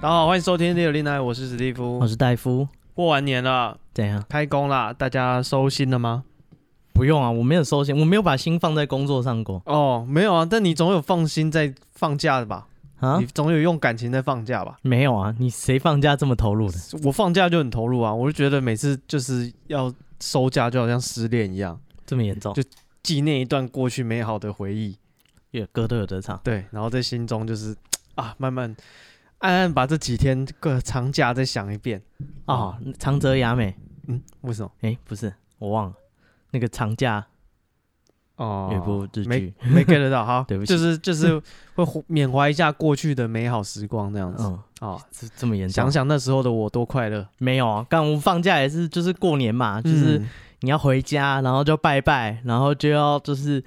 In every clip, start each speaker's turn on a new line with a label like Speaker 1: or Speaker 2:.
Speaker 1: 大家好，欢迎收听《六零来》，我是史蒂夫
Speaker 2: 我。是戴夫，
Speaker 1: 过完年了，
Speaker 2: 怎样？
Speaker 1: 开工啦，大家收心了吗？
Speaker 2: 不用啊，我没有收钱，我没有把心放在工作上过
Speaker 1: 哦，没有啊，但你总有放心在放假的吧？
Speaker 2: 啊
Speaker 1: 你，总有用感情在放假吧？
Speaker 2: 没有啊，你谁放假这么投入的？
Speaker 1: 我放假就很投入啊，我就觉得每次就是要收假，就好像失恋一样，
Speaker 2: 这么严重
Speaker 1: 就？纪念一段过去美好的回忆。
Speaker 2: 也歌都有得唱，
Speaker 1: 对，然后在心中就是啊，慢慢暗暗把这几天个长假再想一遍。
Speaker 2: 哦，长泽雅美，
Speaker 1: 嗯，为什么？
Speaker 2: 哎、不是，我忘了那个长假
Speaker 1: 哦
Speaker 2: 有一部日
Speaker 1: 没
Speaker 2: 剧，
Speaker 1: 没 get 得到， 好，
Speaker 2: 对不起
Speaker 1: 就是就是会怀缅怀一下过去的美好时光这样子
Speaker 2: 嗯，
Speaker 1: 啊，
Speaker 2: 这这么严重？
Speaker 1: 想想那时候的我多快乐，
Speaker 2: 没有啊，刚我放假也是，就是过年嘛，就
Speaker 1: 就是是
Speaker 2: 你要回家，然后就拜拜，然后就要就是。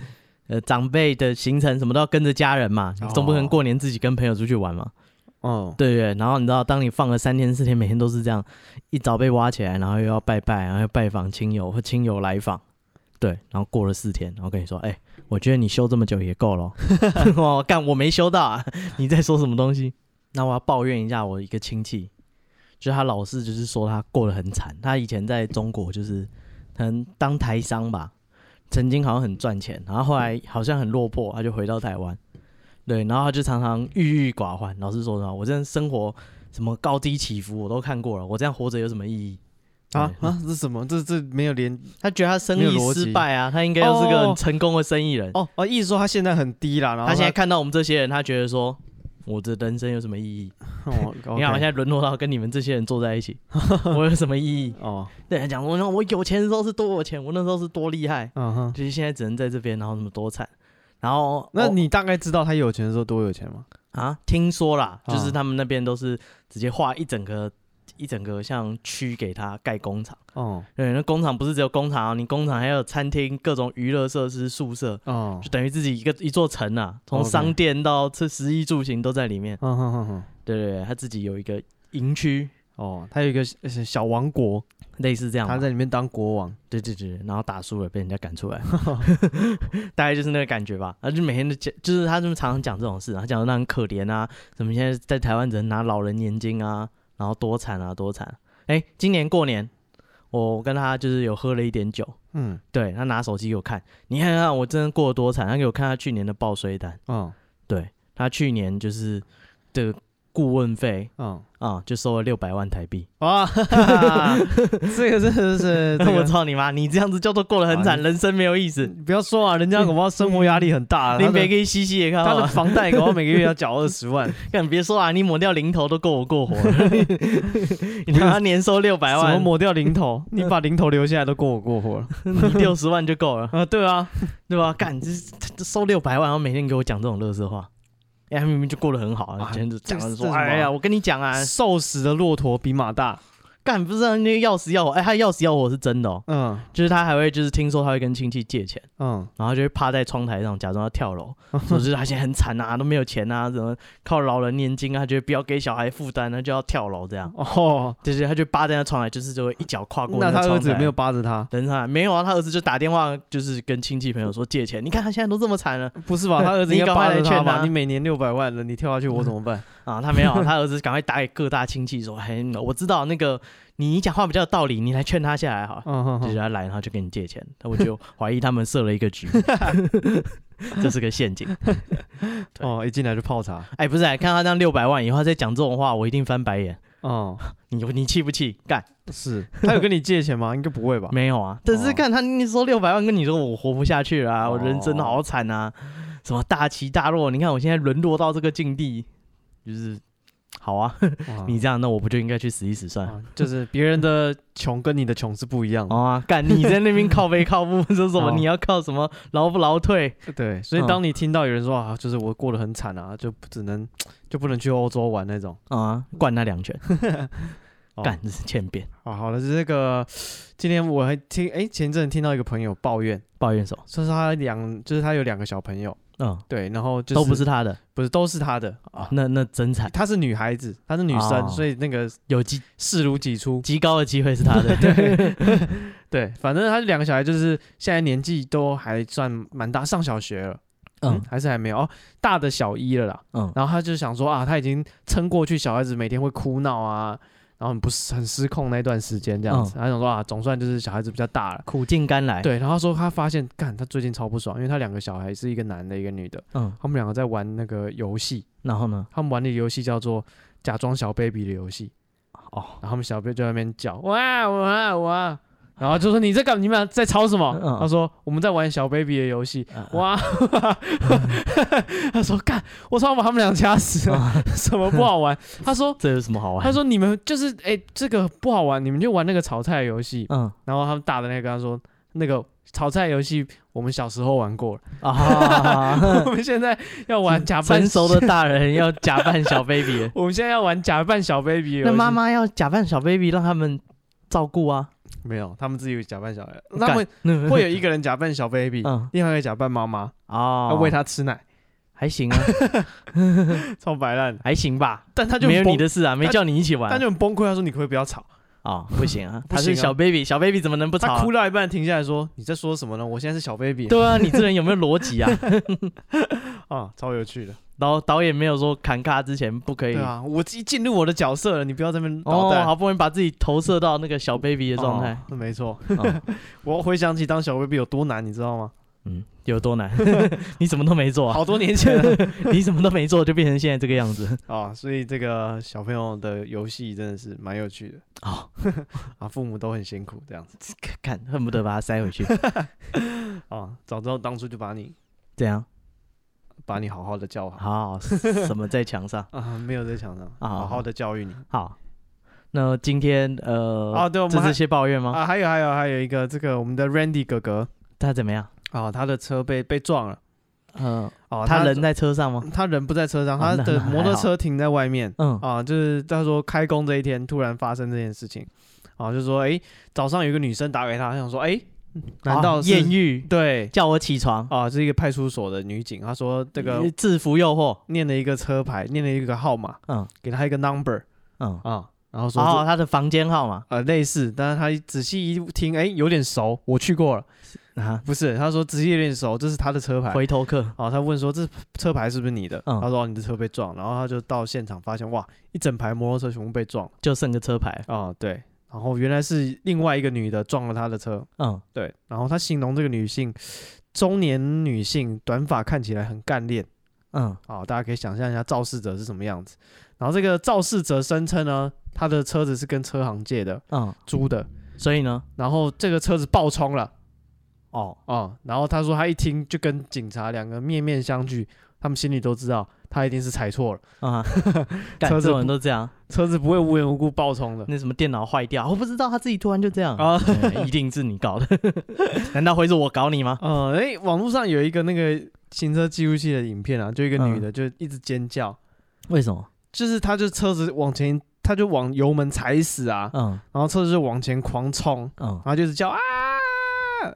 Speaker 2: 呃，长辈的行程什么都要跟着家人嘛，你总不可能
Speaker 1: 哦
Speaker 2: 过年自己跟朋友出去玩嘛。
Speaker 1: 哦，
Speaker 2: 对对，然后你知道，当你放了三天四天，每天都是这样，一早被挖起来，然后又要拜拜，然后又拜访亲友或亲友来访，对，然后过了四天，然后跟你说，哎、我觉得你休这么久也够了哦，我干我没休到啊， 你在说什么东西？那我要抱怨一下我一个亲戚，就是他老是就是说他过得很惨，他以前在中国就是可能当台商吧，曾经好像很赚钱，然后后来好像很落魄，他就回到台湾。对，然后他就常常郁郁寡欢。老实说实话，我这样生活什么高低起伏我都看过了，我这样活着有什么意义？
Speaker 1: 啊
Speaker 2: 对
Speaker 1: 啊，这是什么？这这没有连
Speaker 2: 他觉得他生
Speaker 1: 没有
Speaker 2: 意
Speaker 1: 逻辑
Speaker 2: 失败啊，他应该要是个
Speaker 1: 哦
Speaker 2: 很成功的生意人。
Speaker 1: 哦哦，意思说他现在很低啦，然后
Speaker 2: 他现在看到我们这些人，他觉得说，我的人生有什么意义？
Speaker 1: 哦，
Speaker 2: 你看我现
Speaker 1: 在
Speaker 2: 在沦落到跟你们这些人坐在一 起，我有什么意义？
Speaker 1: 哦，
Speaker 2: 对他讲，我那我有钱的时候是多有钱，我那时候是多厉害，
Speaker 1: 嗯哼，
Speaker 2: 就是现在只能在这边，然后什么多惨。然后
Speaker 1: 那
Speaker 2: 哦
Speaker 1: 你大概知道他有钱的时候多有钱吗？
Speaker 2: 啊，听说啦，
Speaker 1: 啊
Speaker 2: 就是他们那边都是直接划一整个一整个像区给他盖工厂。
Speaker 1: 哦
Speaker 2: 对，那工厂不是只有工厂、啊，你工厂还有餐厅、各种娱乐设施、宿舍，
Speaker 1: 哦
Speaker 2: 就，等于自己一个一座城啊，从
Speaker 1: OK
Speaker 2: 商店到吃食衣住行都在里面。
Speaker 1: 嗯哼哼哼，
Speaker 2: 对对对，他自己有一个营区，
Speaker 1: 哦，他有一个小小王国，
Speaker 2: 类似这样吧。
Speaker 1: 他在里面当国王，
Speaker 2: 对对对，然后打输了被人家赶出来， 大概就是那个感觉吧。啊他就每天都讲，就是他就常常讲这种事，他讲的很可怜啊，什么现在在台湾人拿老人年金啊，然后多惨啊多惨。哎，今年过年我跟他就是有喝了一点酒，
Speaker 1: 嗯
Speaker 2: 对他拿手机给我看，你看看我真的过得多惨，他给我看他去年的报税单，
Speaker 1: 嗯
Speaker 2: 对他去年就是的顾问费
Speaker 1: 嗯。
Speaker 2: 啊、就收了六百万台币。
Speaker 1: 哇，哈哈哈这个真的是，这
Speaker 2: 我
Speaker 1: 个
Speaker 2: 操你妈！你这样子叫做过得很
Speaker 1: 啊
Speaker 2: 惨，
Speaker 1: 你
Speaker 2: 人生没有意思。
Speaker 1: 不要说啊，人家恐怕生活压力很 大，啊
Speaker 2: 林
Speaker 1: 他
Speaker 2: 北
Speaker 1: 的
Speaker 2: 可以吸吸也看
Speaker 1: 他
Speaker 2: 好
Speaker 1: 的
Speaker 2: 吗？
Speaker 1: 房贷恐怕每个月要缴二十万，
Speaker 2: 干别说啊，你抹掉零头都够我过 活了。你拿他年收六百
Speaker 1: 什么
Speaker 2: 万，
Speaker 1: 抹掉零 头，你把零头留下来都够我过活了
Speaker 2: 你六十万就够了，
Speaker 1: 啊！对啊，
Speaker 2: 对吧？干，这这收六百万，然后每天给我讲这种乐色话。哎、他明明就过得很好啊，
Speaker 1: 啊
Speaker 2: 今天就讲
Speaker 1: 这
Speaker 2: 了
Speaker 1: 是
Speaker 2: 说，
Speaker 1: 这是什么
Speaker 2: 哎呀，我跟你讲啊，
Speaker 1: 瘦死的骆驼比马大，
Speaker 2: 干不是、啊、那个要死要活，哎、他要死要活是真的哦，
Speaker 1: 嗯
Speaker 2: 就是他还会就是听说他会跟亲戚借钱，
Speaker 1: 嗯，
Speaker 2: 然后就会趴在窗台上假装要跳 楼，说就是他现在很惨啊，都没有钱啊，怎么靠老人年金啊，他觉得不要给小孩负担，他就要跳楼这样。
Speaker 1: 哦，
Speaker 2: 对对，他就扒在那窗台，就是就会一脚跨过
Speaker 1: 那
Speaker 2: 个
Speaker 1: 他
Speaker 2: 窗
Speaker 1: 儿子有
Speaker 2: 台
Speaker 1: 没有扒着他？
Speaker 2: 人啊？没有啊，他儿子就打电话，就是跟亲戚朋友说借钱。你看他现在都这么惨 了
Speaker 1: 不是吧？他儿子应该
Speaker 2: 你赶快
Speaker 1: 扒着
Speaker 2: 来
Speaker 1: 他
Speaker 2: 劝
Speaker 1: 吧？
Speaker 2: 他
Speaker 1: 你每年六百万了，你跳下去我怎么办？
Speaker 2: 啊，他没有，他儿子赶快打给各大亲戚说：“嘿，我知道那个你讲话比较有道理，你来劝他下来好了。”
Speaker 1: 嗯哼
Speaker 2: 就是
Speaker 1: 哼，
Speaker 2: 他来，然后就跟你借钱，他我就怀疑他们设了一 个局， 这是个陷阱。对
Speaker 1: 哦，一进来就泡茶，
Speaker 2: 哎，不是、看他这样六百万以后他再讲这种话，我一定翻白眼。
Speaker 1: 哦，
Speaker 2: 你你气不气？干
Speaker 1: 是他有跟你借钱吗？应该不会吧？
Speaker 2: 没有啊，但
Speaker 1: 哦
Speaker 2: 是看他你说六百万，跟你说我活不下去了啊，我人生
Speaker 1: 哦
Speaker 2: 好惨啊，什么大起大落，你看我现在沦落到这个境地，就是好啊，
Speaker 1: 哇
Speaker 2: 你这样，那我不就应该去死一死算了？
Speaker 1: 啊哦就是别人的穷跟你的穷是不一样的
Speaker 2: 哦，啊，干你在那边靠背靠步，说什么
Speaker 1: 哦
Speaker 2: 你要靠什么劳不劳退？
Speaker 1: 对，所以当你听到有人说啊，就是我过得很惨啊，就不只能就不能去欧洲玩那种。
Speaker 2: 啊，灌他两拳
Speaker 1: 哦，
Speaker 2: 干这是欠扁，
Speaker 1: 啊，好了，这个今天我还听，哎，前阵子听到一个朋友抱怨，
Speaker 2: 抱怨手，
Speaker 1: 说是他两，就是他有两个小朋友，
Speaker 2: 嗯，
Speaker 1: 对，然后就是
Speaker 2: 都不是他的
Speaker 1: 不是都是他的
Speaker 2: 啊
Speaker 1: 啊，，
Speaker 2: 那那真惨，
Speaker 1: 她是女孩子，她是女生，
Speaker 2: 哦
Speaker 1: 所以那个
Speaker 2: 有极
Speaker 1: 视如己出。
Speaker 2: 极高的机会是他 的，对，
Speaker 1: 对，反正他两个小孩就是现在年纪都还算蛮大，上小学了，嗯
Speaker 2: 嗯，
Speaker 1: 还是还没有哦，大的小一了啦。
Speaker 2: 嗯
Speaker 1: 然后他就想说啊，他已经撑过去，小孩子每天会哭闹啊，然后很不很失控那段时间这
Speaker 2: 嗯
Speaker 1: 样子。他想说啊，总算就是小孩子比较大了。
Speaker 2: 苦尽甘来，，
Speaker 1: 对，然后他说他发现，干他最近超不爽，因为他两个小孩是一个男的，一个女的，
Speaker 2: 嗯，
Speaker 1: 他们两个在玩那个游戏，
Speaker 2: 然后呢？
Speaker 1: 他们玩的游戏叫做假装小 baby 的游戏，
Speaker 2: 哦，
Speaker 1: 然后他们小 baby 就在那边叫哇哇哇，然后就说你在干，你们俩在吵什么？
Speaker 2: 嗯
Speaker 1: 他说我们在玩小 baby 的游戏，
Speaker 2: 嗯，
Speaker 1: 哇！ 他说：“干，我差点把他们俩掐死了， 什么不好玩？”他 说
Speaker 2: 这有什嗯么好：“玩？
Speaker 1: 他说你们就是哎、这个不好玩，你们就玩那个炒菜游戏。
Speaker 2: 嗯”
Speaker 1: 然后他们打的那个跟他说：“那个炒菜游戏我们小时候玩过了，
Speaker 2: 啊，
Speaker 1: 我们现在要玩假扮
Speaker 2: 成熟的，大人要假扮小 baby，了
Speaker 1: 我们现在要玩假扮小 baby 游戏。”
Speaker 2: 那妈妈要假扮小 baby 让他们照顾啊，
Speaker 1: 没有，他们自己有假扮小孩，他们
Speaker 2: 干
Speaker 1: 会有一个人假扮小 baby，
Speaker 2: 嗯
Speaker 1: 另外一个假扮妈妈，
Speaker 2: 哦
Speaker 1: 要，喂他吃奶，
Speaker 2: 还行啊，
Speaker 1: 超白烂的。
Speaker 2: 还行吧，
Speaker 1: 但他就
Speaker 2: 没有
Speaker 1: 很
Speaker 2: 你
Speaker 1: 崩，
Speaker 2: 的事啊，没叫你一起玩
Speaker 1: 他就很崩溃。他说：“你可不可以不要吵？”
Speaker 2: 啊，不行啊，
Speaker 1: 不
Speaker 2: 他
Speaker 1: 行
Speaker 2: 是
Speaker 1: 啊
Speaker 2: 小 baby，小 baby 怎么能不吵
Speaker 1: 他
Speaker 2: 啊
Speaker 1: 哭？到一半停下来说：“你在说什么呢？我现在是小 baby。
Speaker 2: 对啊，你这人有没有逻辑啊？”
Speaker 1: 啊，超有趣的。
Speaker 2: 然后导演没有说砍咖之前不可以
Speaker 1: 对啊，我一进入我的角色了，你不要在那边捣
Speaker 2: 哦
Speaker 1: 蛋。，
Speaker 2: 好不容易把自己投射到那个小 baby 的状态
Speaker 1: 哦，那没错。
Speaker 2: 哦
Speaker 1: 我回想起当小 baby 有多难，你知道吗？
Speaker 2: 嗯，有多 难？ 你什么都没做啊，
Speaker 1: 好 多年前了
Speaker 2: 你什么都没做就变成现在这个样子
Speaker 1: 啊，所以这个小朋友的游戏真的是蛮有趣的
Speaker 2: 哦，
Speaker 1: 啊，父母都很辛苦这样子
Speaker 2: 看恨不得把它塞回去，
Speaker 1: 啊。早知道当初就把你
Speaker 2: 这样
Speaker 1: 把你好好的教好
Speaker 2: 好什么在墙上
Speaker 1: 啊，没有在墙上
Speaker 2: 啊
Speaker 1: 好好的教育你
Speaker 2: 好。那今天呃，
Speaker 1: 啊。对，我
Speaker 2: 这
Speaker 1: 们
Speaker 2: 是
Speaker 1: 还
Speaker 2: 些抱怨吗？
Speaker 1: 啊，还有还有还有一个这个我们的 Randy 哥哥
Speaker 2: 他怎么样？
Speaker 1: 啊，他的车被被撞了
Speaker 2: 呃，
Speaker 1: 啊，
Speaker 2: 他人在车上吗？
Speaker 1: 他人不在车上，
Speaker 2: 哦
Speaker 1: 他
Speaker 2: 那
Speaker 1: 的
Speaker 2: 那还
Speaker 1: 摩托车停在外面
Speaker 2: 嗯
Speaker 1: 啊，就是他说开工这一天突然发生这件事情，啊，就说诶，早上有一个女生打给他，他想说诶，难道
Speaker 2: 哦
Speaker 1: 是
Speaker 2: 艳遇
Speaker 1: 对
Speaker 2: 叫我起床？
Speaker 1: 啊，是一个派出所的女警，她说这个
Speaker 2: 呃制服诱惑，
Speaker 1: 念了一个车牌，念了一个号码，
Speaker 2: 嗯
Speaker 1: 给他一个 number
Speaker 2: 嗯，
Speaker 1: 啊，然后说
Speaker 2: 哦，
Speaker 1: 这
Speaker 2: 他的房间号码
Speaker 1: 呃类似，但是他仔细一听，诶，有点熟，我去过了，
Speaker 2: 啊，
Speaker 1: 不是，他说仔细有点熟，这是他的车牌。
Speaker 2: 回头客，
Speaker 1: 哦，他问说这车牌是不是你的？
Speaker 2: 嗯
Speaker 1: 他说、哦、你的车被撞，然后他就到现场发现哇，一整排摩托车全部被撞
Speaker 2: 就剩个车牌，
Speaker 1: 啊、哦对，然后原来是另外一个女的撞了他的车，
Speaker 2: 嗯，
Speaker 1: 对，然后他形容这个女性中年女性，短发看起来很干练
Speaker 2: 嗯，
Speaker 1: 啊、哦大家可以想象一下肇事者是什么样子。然后这个肇事者声称呢，他的车子是跟车行借的
Speaker 2: 嗯，
Speaker 1: 租的，
Speaker 2: 所以呢，
Speaker 1: 然后这个车子爆冲了。
Speaker 2: 哦，
Speaker 1: 哦、然后他说他一听就跟警察两个面面相觑，他们心里都知道他一定是踩错了，
Speaker 2: 啊，干
Speaker 1: 车
Speaker 2: 这
Speaker 1: 子
Speaker 2: 种人
Speaker 1: 不
Speaker 2: 都这样，
Speaker 1: 车子不会无缘无故爆冲的。
Speaker 2: 那什么电脑坏掉，我不知道他自己突然就这样，
Speaker 1: 啊
Speaker 2: 嗯一定是你搞的， 难道会是我搞你吗？
Speaker 1: 呃，哎、网络上有一个那个行车记录器的影片啊，就一个
Speaker 2: 嗯
Speaker 1: 女的就一直尖叫，
Speaker 2: 为什么？
Speaker 1: 就是她就车子往前，她就往油门踩死啊，
Speaker 2: 嗯
Speaker 1: 然后车子就往前狂冲，
Speaker 2: 嗯
Speaker 1: 然后就是叫啊，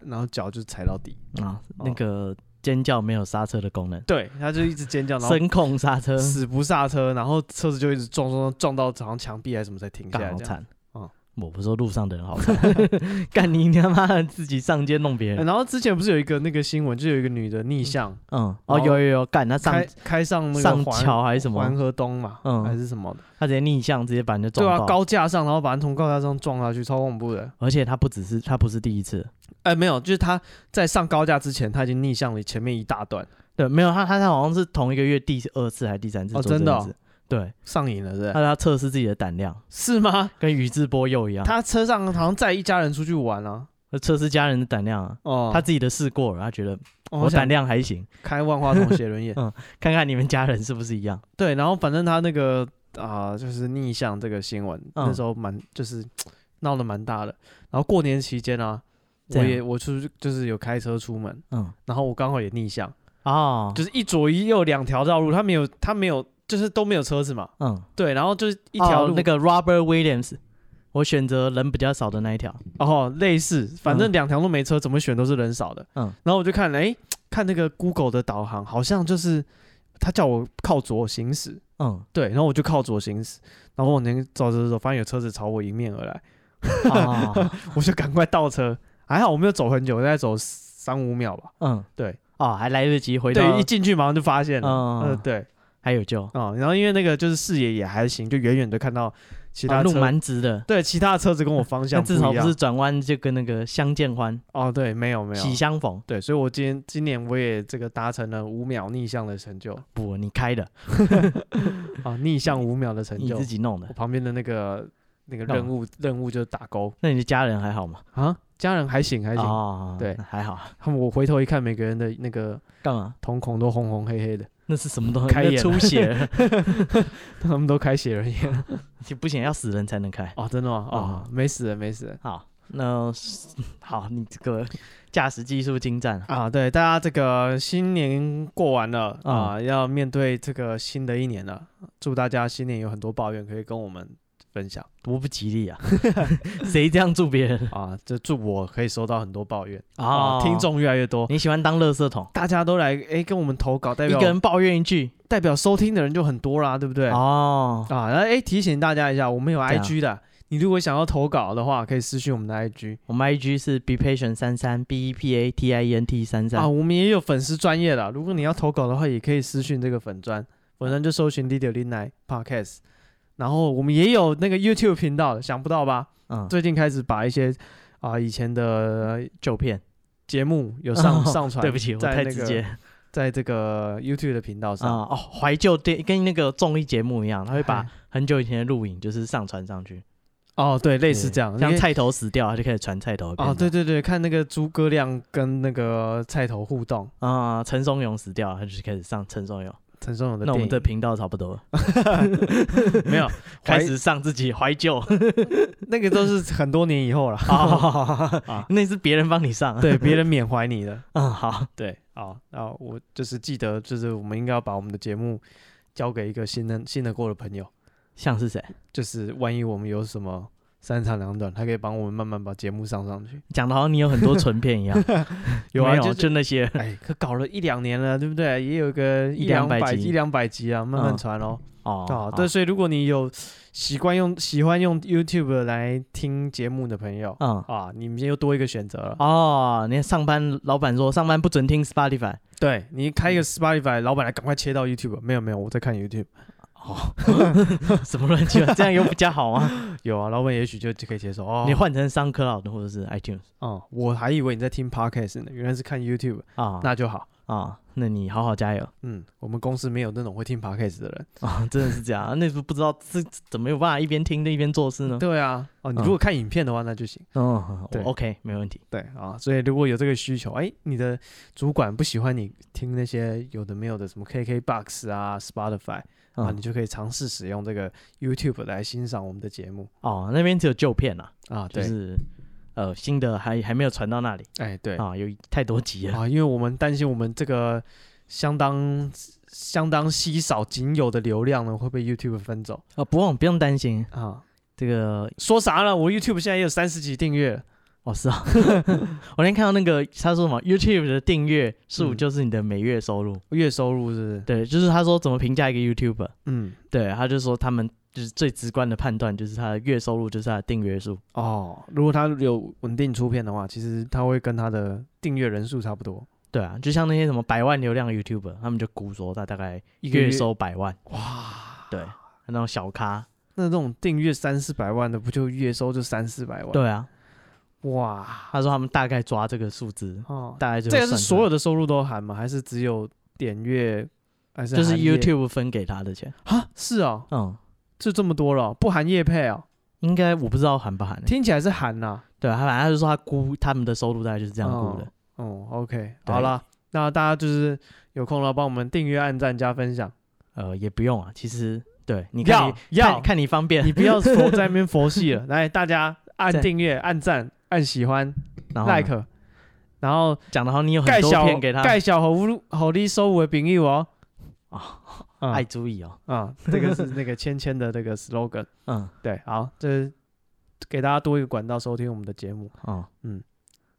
Speaker 1: 然后脚就踩到底，
Speaker 2: 啊，那个尖叫没有刹车的功能，
Speaker 1: 对，她就一直尖叫，然后
Speaker 2: 声控刹车，
Speaker 1: 死不刹车，然后车子就一直撞撞撞撞到好像墙壁还是什么才停下
Speaker 2: 干
Speaker 1: 来
Speaker 2: 好
Speaker 1: 这样。
Speaker 2: 惨
Speaker 1: 嗯。
Speaker 2: 我不是说路上的人好惨， 干你他妈的自己上街弄别
Speaker 1: 欸
Speaker 2: 人。
Speaker 1: 然后之前不是有一个那个新闻，就有一个女的逆向
Speaker 2: 嗯，
Speaker 1: 然后
Speaker 2: 哦，有有有，干他上
Speaker 1: 开开上那个
Speaker 2: 上
Speaker 1: 环
Speaker 2: 桥还是什
Speaker 1: 环
Speaker 2: 么，
Speaker 1: 河东嘛，
Speaker 2: 嗯
Speaker 1: 还是什么的，
Speaker 2: 他直接逆向直接把人家
Speaker 1: 对
Speaker 2: 撞
Speaker 1: 啊，
Speaker 2: 爆。
Speaker 1: 高架上，然后把人从高架上撞下去，超恐怖的。
Speaker 2: 而且他不只是他不是第一次，
Speaker 1: 哎、没有，就是他在上高架之前，他已经逆向了前面一大段，
Speaker 2: 对，没有他他他好像是同一个月第二次还是第三次
Speaker 1: 哦
Speaker 2: 做
Speaker 1: 真
Speaker 2: 这
Speaker 1: 的哦
Speaker 2: 件事对，
Speaker 1: 上瘾了，对不对？
Speaker 2: 他他测试自己的胆量，
Speaker 1: 是吗？
Speaker 2: 跟宇智波鼬一样，
Speaker 1: 他车上好像载一家人出去玩啊。
Speaker 2: 他测试家人的胆量啊。
Speaker 1: 哦，
Speaker 2: 他自己的试过了，他觉得
Speaker 1: 哦
Speaker 2: 我
Speaker 1: 我
Speaker 2: 胆
Speaker 1: 想
Speaker 2: 量还行，。
Speaker 1: 开万花筒写轮眼
Speaker 2: 看看你们家人是不是一样。
Speaker 1: 对，然后反正他那个啊、就是逆向这个新闻，
Speaker 2: 嗯
Speaker 1: 那时候蛮就是闹得蛮大的。然后过年期间啊，
Speaker 2: 这
Speaker 1: 我
Speaker 2: 样
Speaker 1: 也我出去就是有开车出门，
Speaker 2: 嗯，
Speaker 1: 然后我刚好也逆向，
Speaker 2: 哦，
Speaker 1: 就是一左一右两条道路，他没有他没有就是都没有车子嘛，
Speaker 2: 嗯，
Speaker 1: 对，然后就是一条
Speaker 2: 哦
Speaker 1: 路、
Speaker 2: 那个 Robert Williams，我选择人比较少的那一条。
Speaker 1: 哦，类似，反正
Speaker 2: 嗯
Speaker 1: 两条都没车，怎么选都是人少的。
Speaker 2: 嗯
Speaker 1: 然后我就看，哎，看那个 Google 的导航，好像就是他叫我靠左行驶，
Speaker 2: 嗯，
Speaker 1: 对，然后我就靠左行驶，然后我能走着走走，发现有车子朝我迎面而来，
Speaker 2: 哦，
Speaker 1: 我就赶快倒车，还好我没有走很久，我大概走三五秒吧，
Speaker 2: 嗯，
Speaker 1: 对，
Speaker 2: 哦，还来得及回到
Speaker 1: 对，一，进去马上就发现了，
Speaker 2: 嗯
Speaker 1: 嗯，对，
Speaker 2: 还有救，
Speaker 1: 哦，然后因为那个就是视野也还行，就远远的看到其
Speaker 2: 啊
Speaker 1: 他
Speaker 2: 路
Speaker 1: 车，
Speaker 2: 蛮直的，
Speaker 1: 对，其他的车子跟我方
Speaker 2: 那
Speaker 1: 向
Speaker 2: 至少
Speaker 1: 一
Speaker 2: 不
Speaker 1: 样
Speaker 2: 是转弯就跟那个相见欢，
Speaker 1: 哦，对，没有没有
Speaker 2: 喜，相逢。
Speaker 1: 对，所以我今天今年我也这个达成了五秒逆向的成就，
Speaker 2: 不，你开的，
Speaker 1: 啊，逆向五秒的成
Speaker 2: 你
Speaker 1: 就
Speaker 2: 自，己弄
Speaker 1: 我
Speaker 2: 的。
Speaker 1: 旁边的那个那个
Speaker 2: 干嘛
Speaker 1: 任务任务就是打勾
Speaker 2: 那你的家人还好吗？
Speaker 1: 啊，家人还行还行，
Speaker 2: 哦，
Speaker 1: 对
Speaker 2: 还好啊。
Speaker 1: 他们我回头一看，每个人的那个
Speaker 2: 干嘛？
Speaker 1: 瞳孔都红红黑黑的，
Speaker 2: 那是什么东西？
Speaker 1: 开
Speaker 2: 那
Speaker 1: 眼
Speaker 2: 出
Speaker 1: 了
Speaker 2: 血了，
Speaker 1: 他们都开血了眼。
Speaker 2: 就不行，要死人才能开。
Speaker 1: 哦，真的吗？哦，没死人，没死人。
Speaker 2: 好，那是好，你这个驾驶技术精湛啊，
Speaker 1: 啊，对，大家这个新年过完了啊，要面对这个新的一年了。祝大家新年有很多抱怨可以跟我们分享
Speaker 2: 多不吉 利啊！谁这样祝别人
Speaker 1: 啊，就祝我可以收到很多抱怨
Speaker 2: 啊
Speaker 1: 啊，听，众越来越多，
Speaker 2: 你喜欢当垃圾桶，
Speaker 1: 大家都来哎跟我们投稿，代
Speaker 2: 一
Speaker 1: 表
Speaker 2: 个人抱怨一句
Speaker 1: 代表收听的人就很多啦，对不对？
Speaker 2: 哦，
Speaker 1: 啊，然后哎提醒大家一下，我们有
Speaker 2: 对啊
Speaker 1: IG 的，你如果想要投稿的话，可以私讯我们的 IG。
Speaker 2: 我们 IG 是 be patient 三三 b e p a t i e n t 三
Speaker 1: 啊，
Speaker 2: 三，
Speaker 1: 我们也有粉丝专业的，如果你要投稿的话，也可以私讯这个粉专，粉专就搜寻 d i d i l i n a Podcast。然后我们也有那个 YouTube 频道的，想不到吧？
Speaker 2: 嗯，
Speaker 1: 最近开始把一些啊、以前的
Speaker 2: 旧片，
Speaker 1: 节目有上、
Speaker 2: 哦
Speaker 1: 上传，
Speaker 2: 对不起，我
Speaker 1: 在
Speaker 2: 太
Speaker 1: 那
Speaker 2: 直
Speaker 1: 个
Speaker 2: 接啊
Speaker 1: 在这个 YouTube 的频道上。
Speaker 2: 哦，怀旧电跟那个综艺节目一样，他会把
Speaker 1: 哎
Speaker 2: 很久以前的录影就是上传上去，
Speaker 1: 哦，对，类
Speaker 2: 类
Speaker 1: 似这样，
Speaker 2: 像
Speaker 1: 因为
Speaker 2: 菜头死掉，他就开始传菜头的片
Speaker 1: 哦，对对对，看那个诸葛亮跟那个菜头互动，
Speaker 2: 段啊，陈松勇死掉，他就开始上陈松勇，
Speaker 1: 陈松勇的
Speaker 2: 那我们
Speaker 1: 电
Speaker 2: 的
Speaker 1: 影
Speaker 2: 频道差不多了。
Speaker 1: 没 有
Speaker 2: 开
Speaker 1: 怀
Speaker 2: 始上自己怀 旧。
Speaker 1: 那个都是很多年以后了
Speaker 2: 啊，那是别人帮你上。，
Speaker 1: 对， 别人缅怀你的，
Speaker 2: 嗯，好，
Speaker 1: 对，好，那我就是记得，就是我们应该要把我们的节目交给一个信任、信得过的朋友，
Speaker 2: 像是谁
Speaker 1: 就是万一我们有什么三长两短，他可以帮我们慢慢把节目上上去。
Speaker 2: 讲的好像你有很多存片一样，
Speaker 1: 有啊，
Speaker 2: 没有
Speaker 1: 就是
Speaker 2: 就那些
Speaker 1: 哎，可搞了一两年了，对不对？也有个
Speaker 2: 一
Speaker 1: 一两
Speaker 2: 两百
Speaker 1: 百
Speaker 2: 集
Speaker 1: 一两百集啊，慢慢
Speaker 2: 嗯
Speaker 1: 传哦。
Speaker 2: 哦
Speaker 1: 啊，对，所以如果你有习惯用喜欢用 YouTube 来听节目的朋友
Speaker 2: 嗯。
Speaker 1: 啊，你们又多一个选择了。
Speaker 2: 哦，你看上班老板说上班不准听 Spotify，
Speaker 1: 对你开一个 Spotify，老板来赶快切到 YouTube。没有没有，我在看 YouTube。
Speaker 2: 什么乱七八，这样又比较好 啊。
Speaker 1: 有啊，老板也许就就可以接受哦。
Speaker 2: 你换成商科老的或者是 iTunes
Speaker 1: 哦、我还以为你在听 podcast 呢，原来是看 YouTube，
Speaker 2: 啊，
Speaker 1: 那就好。
Speaker 2: 啊，那你好好加油
Speaker 1: 哦嗯，我们公司没有那种会听 podcast 的人。
Speaker 2: 啊， 真的是这样。那不不知道这这怎么有办法一边听一边做事呢？
Speaker 1: 对啊，哦，你
Speaker 2: 嗯
Speaker 1: 如果看影片的话，那就行。
Speaker 2: 嗯，我
Speaker 1: 对
Speaker 2: OK 没问题。
Speaker 1: 对啊，所以如果有这个需求，哎，你的主管不喜欢你听那些有的没有的什么 KKBox 啊、Spotify 啊，
Speaker 2: 嗯
Speaker 1: 你就可以尝试使用这个 YouTube 来欣赏我们的节目
Speaker 2: 哦，那边只有旧片啊，
Speaker 1: 啊。
Speaker 2: 就
Speaker 1: 对，
Speaker 2: 是呃新的还还没有传到那里。
Speaker 1: 哎，对啊
Speaker 2: 啊，有太多集了。
Speaker 1: 因为我们担心我们这个相当相当稀少仅有的流量呢，会被 YouTube 分走
Speaker 2: 啊，不用不用担心，
Speaker 1: 啊。
Speaker 2: 这个
Speaker 1: 说啥了？我 YouTube 现在也有三十几订阅了
Speaker 2: 哦 是啊，我那天看到那个他说什么 YouTube 的订阅数
Speaker 1: 嗯
Speaker 2: 就是你的每月收入，
Speaker 1: 月收入，是不是？
Speaker 2: 对，就是他说怎么评价一个 YouTuber，
Speaker 1: 嗯，
Speaker 2: 对，他就说他们就是最直观的判断就是他的月收入就是他的订阅数，
Speaker 1: 哦，如果他有稳定出片的话，其实他会跟他的订阅人数差不多。
Speaker 2: 对啊，就像那些什么百万流量 YouTuber，他们就估说他大概
Speaker 1: 一个月
Speaker 2: 月收百万，
Speaker 1: 哇，
Speaker 2: 对，那种小咖，
Speaker 1: 那这种订阅三四百万的，不就月收就三四百万？，
Speaker 2: 对啊，
Speaker 1: 哇，
Speaker 2: 他说他们大概抓这个数字，
Speaker 1: 哦，
Speaker 2: 大概就
Speaker 1: 这个
Speaker 2: 会
Speaker 1: 是
Speaker 2: 算出
Speaker 1: 所有
Speaker 2: 来
Speaker 1: 的收入都含吗？还是只有点阅？还是
Speaker 2: 就是
Speaker 1: 含业
Speaker 2: YouTube 分给他的钱，
Speaker 1: 啊？是哦，
Speaker 2: 嗯，
Speaker 1: 就这么多了哦，不含业配哦，
Speaker 2: 应该我不知道含不含、欸。
Speaker 1: 听起来是含呐、
Speaker 2: 对，啊他反正他就说他估他们的收入大概就是这样估的。
Speaker 1: 哦，OK，
Speaker 2: 对
Speaker 1: 好了，那大家就是有空了，帮我们订阅、按赞、加分享。
Speaker 2: 呃，也不用啊，其实对，你看
Speaker 1: 哦要
Speaker 2: 你
Speaker 1: 要
Speaker 2: 看看你方便，
Speaker 1: 你不要佛在那边佛系 了，来大家按
Speaker 2: 对
Speaker 1: 订阅、按赞、按喜欢、
Speaker 2: 然后呢
Speaker 1: like，然后
Speaker 2: 讲的好，你有
Speaker 1: 盖
Speaker 2: 很多
Speaker 1: 小
Speaker 2: 片给他，
Speaker 1: 盖小猴猴力收我的朋友哦。
Speaker 2: 啊
Speaker 1: 嗯，
Speaker 2: 爱注意哦，
Speaker 1: 啊，这个是那个芊芊的这个 slogan。
Speaker 2: 嗯
Speaker 1: 对，好，这是给大家多一个管道收听我们的节目。
Speaker 2: 哦嗯
Speaker 1: 嗯，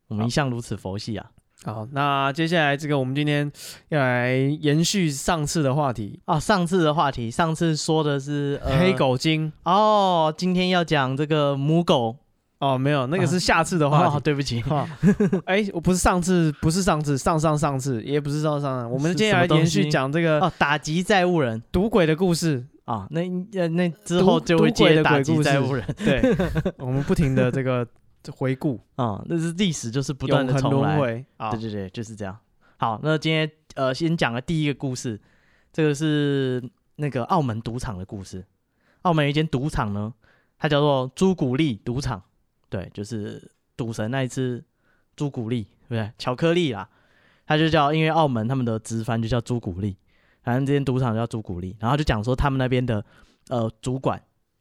Speaker 2: 我们一向如此佛系啊
Speaker 1: 好，那接下来这个我们今天要来延续上次的话题，
Speaker 2: 哦，上次的话题，上次说的是、呃、
Speaker 1: 黑狗精
Speaker 2: 哦，今天要讲这个母狗
Speaker 1: 哦，没有，那个是下次的话
Speaker 2: 哦，
Speaker 1: 题。
Speaker 2: 对不起，
Speaker 1: 哈，哎，我不是上次，不是上次，上上上次，也不是上上，我们
Speaker 2: 是
Speaker 1: 接下
Speaker 2: 什
Speaker 1: 来
Speaker 2: 么东
Speaker 1: 延续
Speaker 2: 西
Speaker 1: 讲这个
Speaker 2: 哦，打击债务人
Speaker 1: 赌鬼的故事。
Speaker 2: 啊，那呃那之
Speaker 1: 赌
Speaker 2: 后就会
Speaker 1: 赌鬼
Speaker 2: 接
Speaker 1: 的
Speaker 2: 打
Speaker 1: 鬼
Speaker 2: 击
Speaker 1: 故
Speaker 2: 债
Speaker 1: 事
Speaker 2: 务人
Speaker 1: 对， 我们不停的这个回顾，
Speaker 2: 啊，那是历史就是不断
Speaker 1: 永
Speaker 2: 的
Speaker 1: 恒
Speaker 2: 重来
Speaker 1: 轮，回啊
Speaker 2: 对，对对，就是这样。好，那今天呃，先讲了第一个故事，这个是那个澳门赌场的故事。澳门有一间赌场呢，它叫做朱古力赌场，对，就是赌神那一只朱古力，对不对？巧克力啦，它就叫，因为澳门他们的直翻就叫朱古力，反正这间赌场叫朱古力。然后就讲说他们那边的呃主管，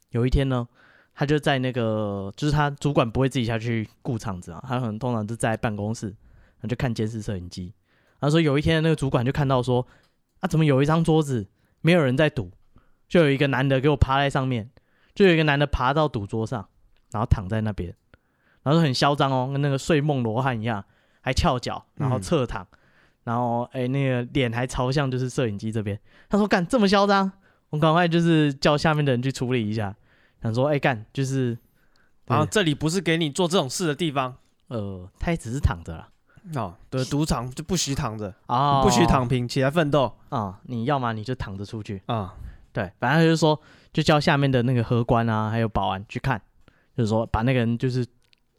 Speaker 2: 有一天呢，他就在那个，就是他主管不会自己下去顾场子啊，他可能通常是在办公室，然后就看监视摄影机。然后说有一天那个主管就看到说，啊，怎么有一张桌子没有人在赌，就有一个男的给我爬在上面，就有一个男的爬到赌桌上，然后躺在那边，然后很嚣张哦，跟那个睡梦罗汉一样，还翘脚，然后
Speaker 1: 嗯
Speaker 2: 侧躺，然后哎那个脸还朝向就是摄影机这边。他说干这么嚣张，我赶快就是叫下面的人去处理一下，想说哎干就是
Speaker 1: 然后这里不是给你做这种事的地方
Speaker 2: 呃他也只是躺着啦。
Speaker 1: 哦，对，赌场就不许躺着，
Speaker 2: 啊
Speaker 1: 不许躺平，起来奋斗
Speaker 2: 啊、你要么你就躺着出去，
Speaker 1: 啊，
Speaker 2: 对，反正他就是说，就叫下面的那个荷官啊，还有保安去看，就是说把那个人就是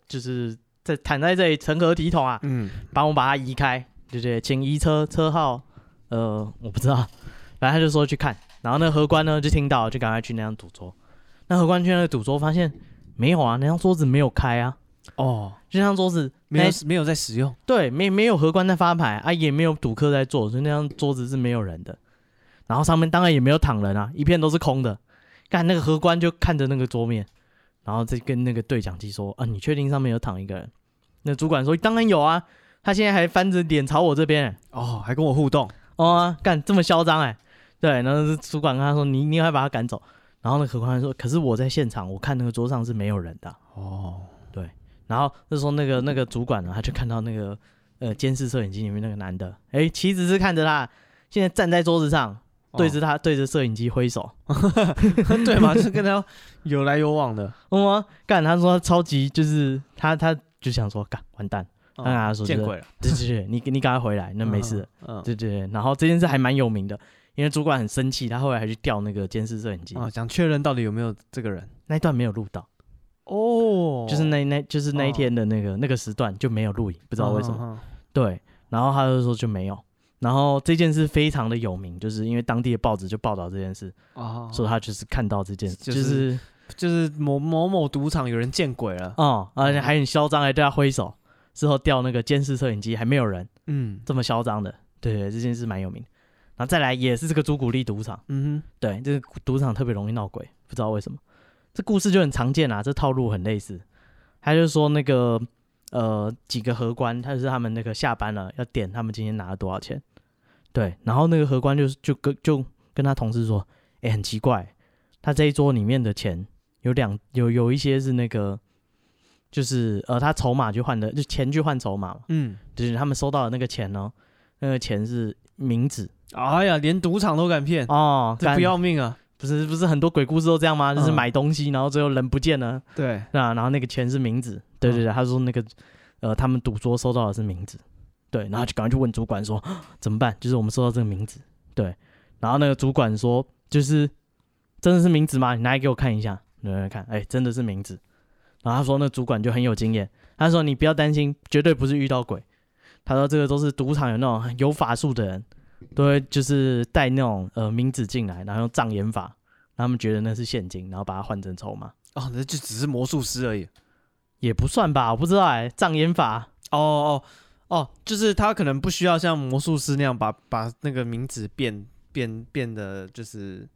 Speaker 2: 就是在躺在这里成何体统啊，
Speaker 1: 嗯，
Speaker 2: 帮我把他移开，对对，请移车车号，呃，我不知道，反正他就说去看，然后那个荷官呢就听到，就赶快去那张赌桌，那荷官去那个赌桌发现没有啊，那张桌子没有开啊，
Speaker 1: 哦，
Speaker 2: 就那张桌子
Speaker 1: 没
Speaker 2: 那
Speaker 1: 有没有在使用，
Speaker 2: 对，没没有荷官在发牌啊，也没有赌客在做，所以那张桌子是没有人的。然后上面当然也没有躺人啊，一片都是空的。干那个荷官就看着那个桌面，然后再跟那个对讲机说：“啊，你确定上面有躺一个人？”那主管说：“当然有啊，他现在还翻着脸朝我这边、
Speaker 1: 哦，还跟我互动，
Speaker 2: 哦、啊，干这么嚣张哎、对，然后主管跟他说：“你你快把他赶走。”然后那个荷官说：“可是我在现场，我看那个桌上是没有人的啊、
Speaker 1: 哦，
Speaker 2: 然后那时候那个那个主管呢，他就看到那个呃监视摄影机里面那个男的，哎，其实是看着他，现在站在桌子上，对
Speaker 1: 哦
Speaker 2: 着他、对着摄影机挥手，哦
Speaker 1: 对嘛，就是跟他有来有往的，
Speaker 2: 嗯啊、干，他说他超级就是他他就想说干完蛋，
Speaker 1: 哦
Speaker 2: 他跟他说
Speaker 1: 见
Speaker 2: 这个
Speaker 1: 鬼了，
Speaker 2: 对对对，你你赶快回来，那没事，
Speaker 1: 嗯，嗯，
Speaker 2: 对对对，然后这件事还蛮有名的。因为主管很生气，他后来还去调那个监视摄影机，
Speaker 1: 啊，想确认到底有没有这个人，
Speaker 2: 那一段没有录到，
Speaker 1: 哦
Speaker 2: 就是那那就是那一天的那个、那个时段就没有录影，不
Speaker 1: 不
Speaker 2: 知道为什么。
Speaker 1: 么，
Speaker 2: 对，然后他就说就没有。然后这件事非常的有名，就是因为当地的报纸就报道这件事，
Speaker 1: 啊，
Speaker 2: 说他就是看到这件事，
Speaker 1: 就
Speaker 2: 就是
Speaker 1: 就是某某某赌场有人见鬼了，
Speaker 2: 哦，而且还很嚣张，还对他挥手，之后调那个监视摄影机，还没有人
Speaker 1: 嗯
Speaker 2: 这么嚣张的。对对，这件事蛮有名的。然后再来也是这个朱古力赌场，
Speaker 1: 嗯哼，
Speaker 2: 对，这个赌场特别容易闹鬼，不知道为什么。这故事就很常见啊，这套路很类似。他就说那个呃几个荷官，他就是他们那个下班了要点他们今天拿了多少钱，对，然后那个荷官就就跟就跟他同事说，哎、很奇怪，他这一桌里面的钱有两有有一些是那个就是呃他筹码去换的，就钱去换筹码嘛，
Speaker 1: 嗯。
Speaker 2: 就是他们收到的那个钱呢，那个钱是冥纸
Speaker 1: 哎呀，连赌场都敢骗，
Speaker 2: 哦，
Speaker 1: 这
Speaker 2: 干
Speaker 1: 不要命啊！
Speaker 2: 不是不是很多鬼故事都这样吗？就是
Speaker 1: 嗯
Speaker 2: 买东西，然后最后人不见了，
Speaker 1: 对，
Speaker 2: 对啊，然后那个钱是名字，对对对，他说那个呃，他们赌桌收到的是名字，对，然后就赶快去问主管说啊怎么办？就是我们收到这个名字，对，然后那个主管说就是真的是名字吗？你拿来给我看一下，对，对对看，哎，真的是名字。然后他说那主管就很有经验，他说你不要担心，绝对不是遇到鬼，他说这个都是赌场有那种有法术的人，都会就是带那种呃名字进来，然后用障眼法，让他们觉得那是现金，然后把它换成筹码。
Speaker 1: 哦，那就只是魔术师而已。
Speaker 2: 也不算吧，我不知道哎、障眼法
Speaker 1: 哦哦哦，就是他可能不需要像魔术师那样把把那个名字变变变得就是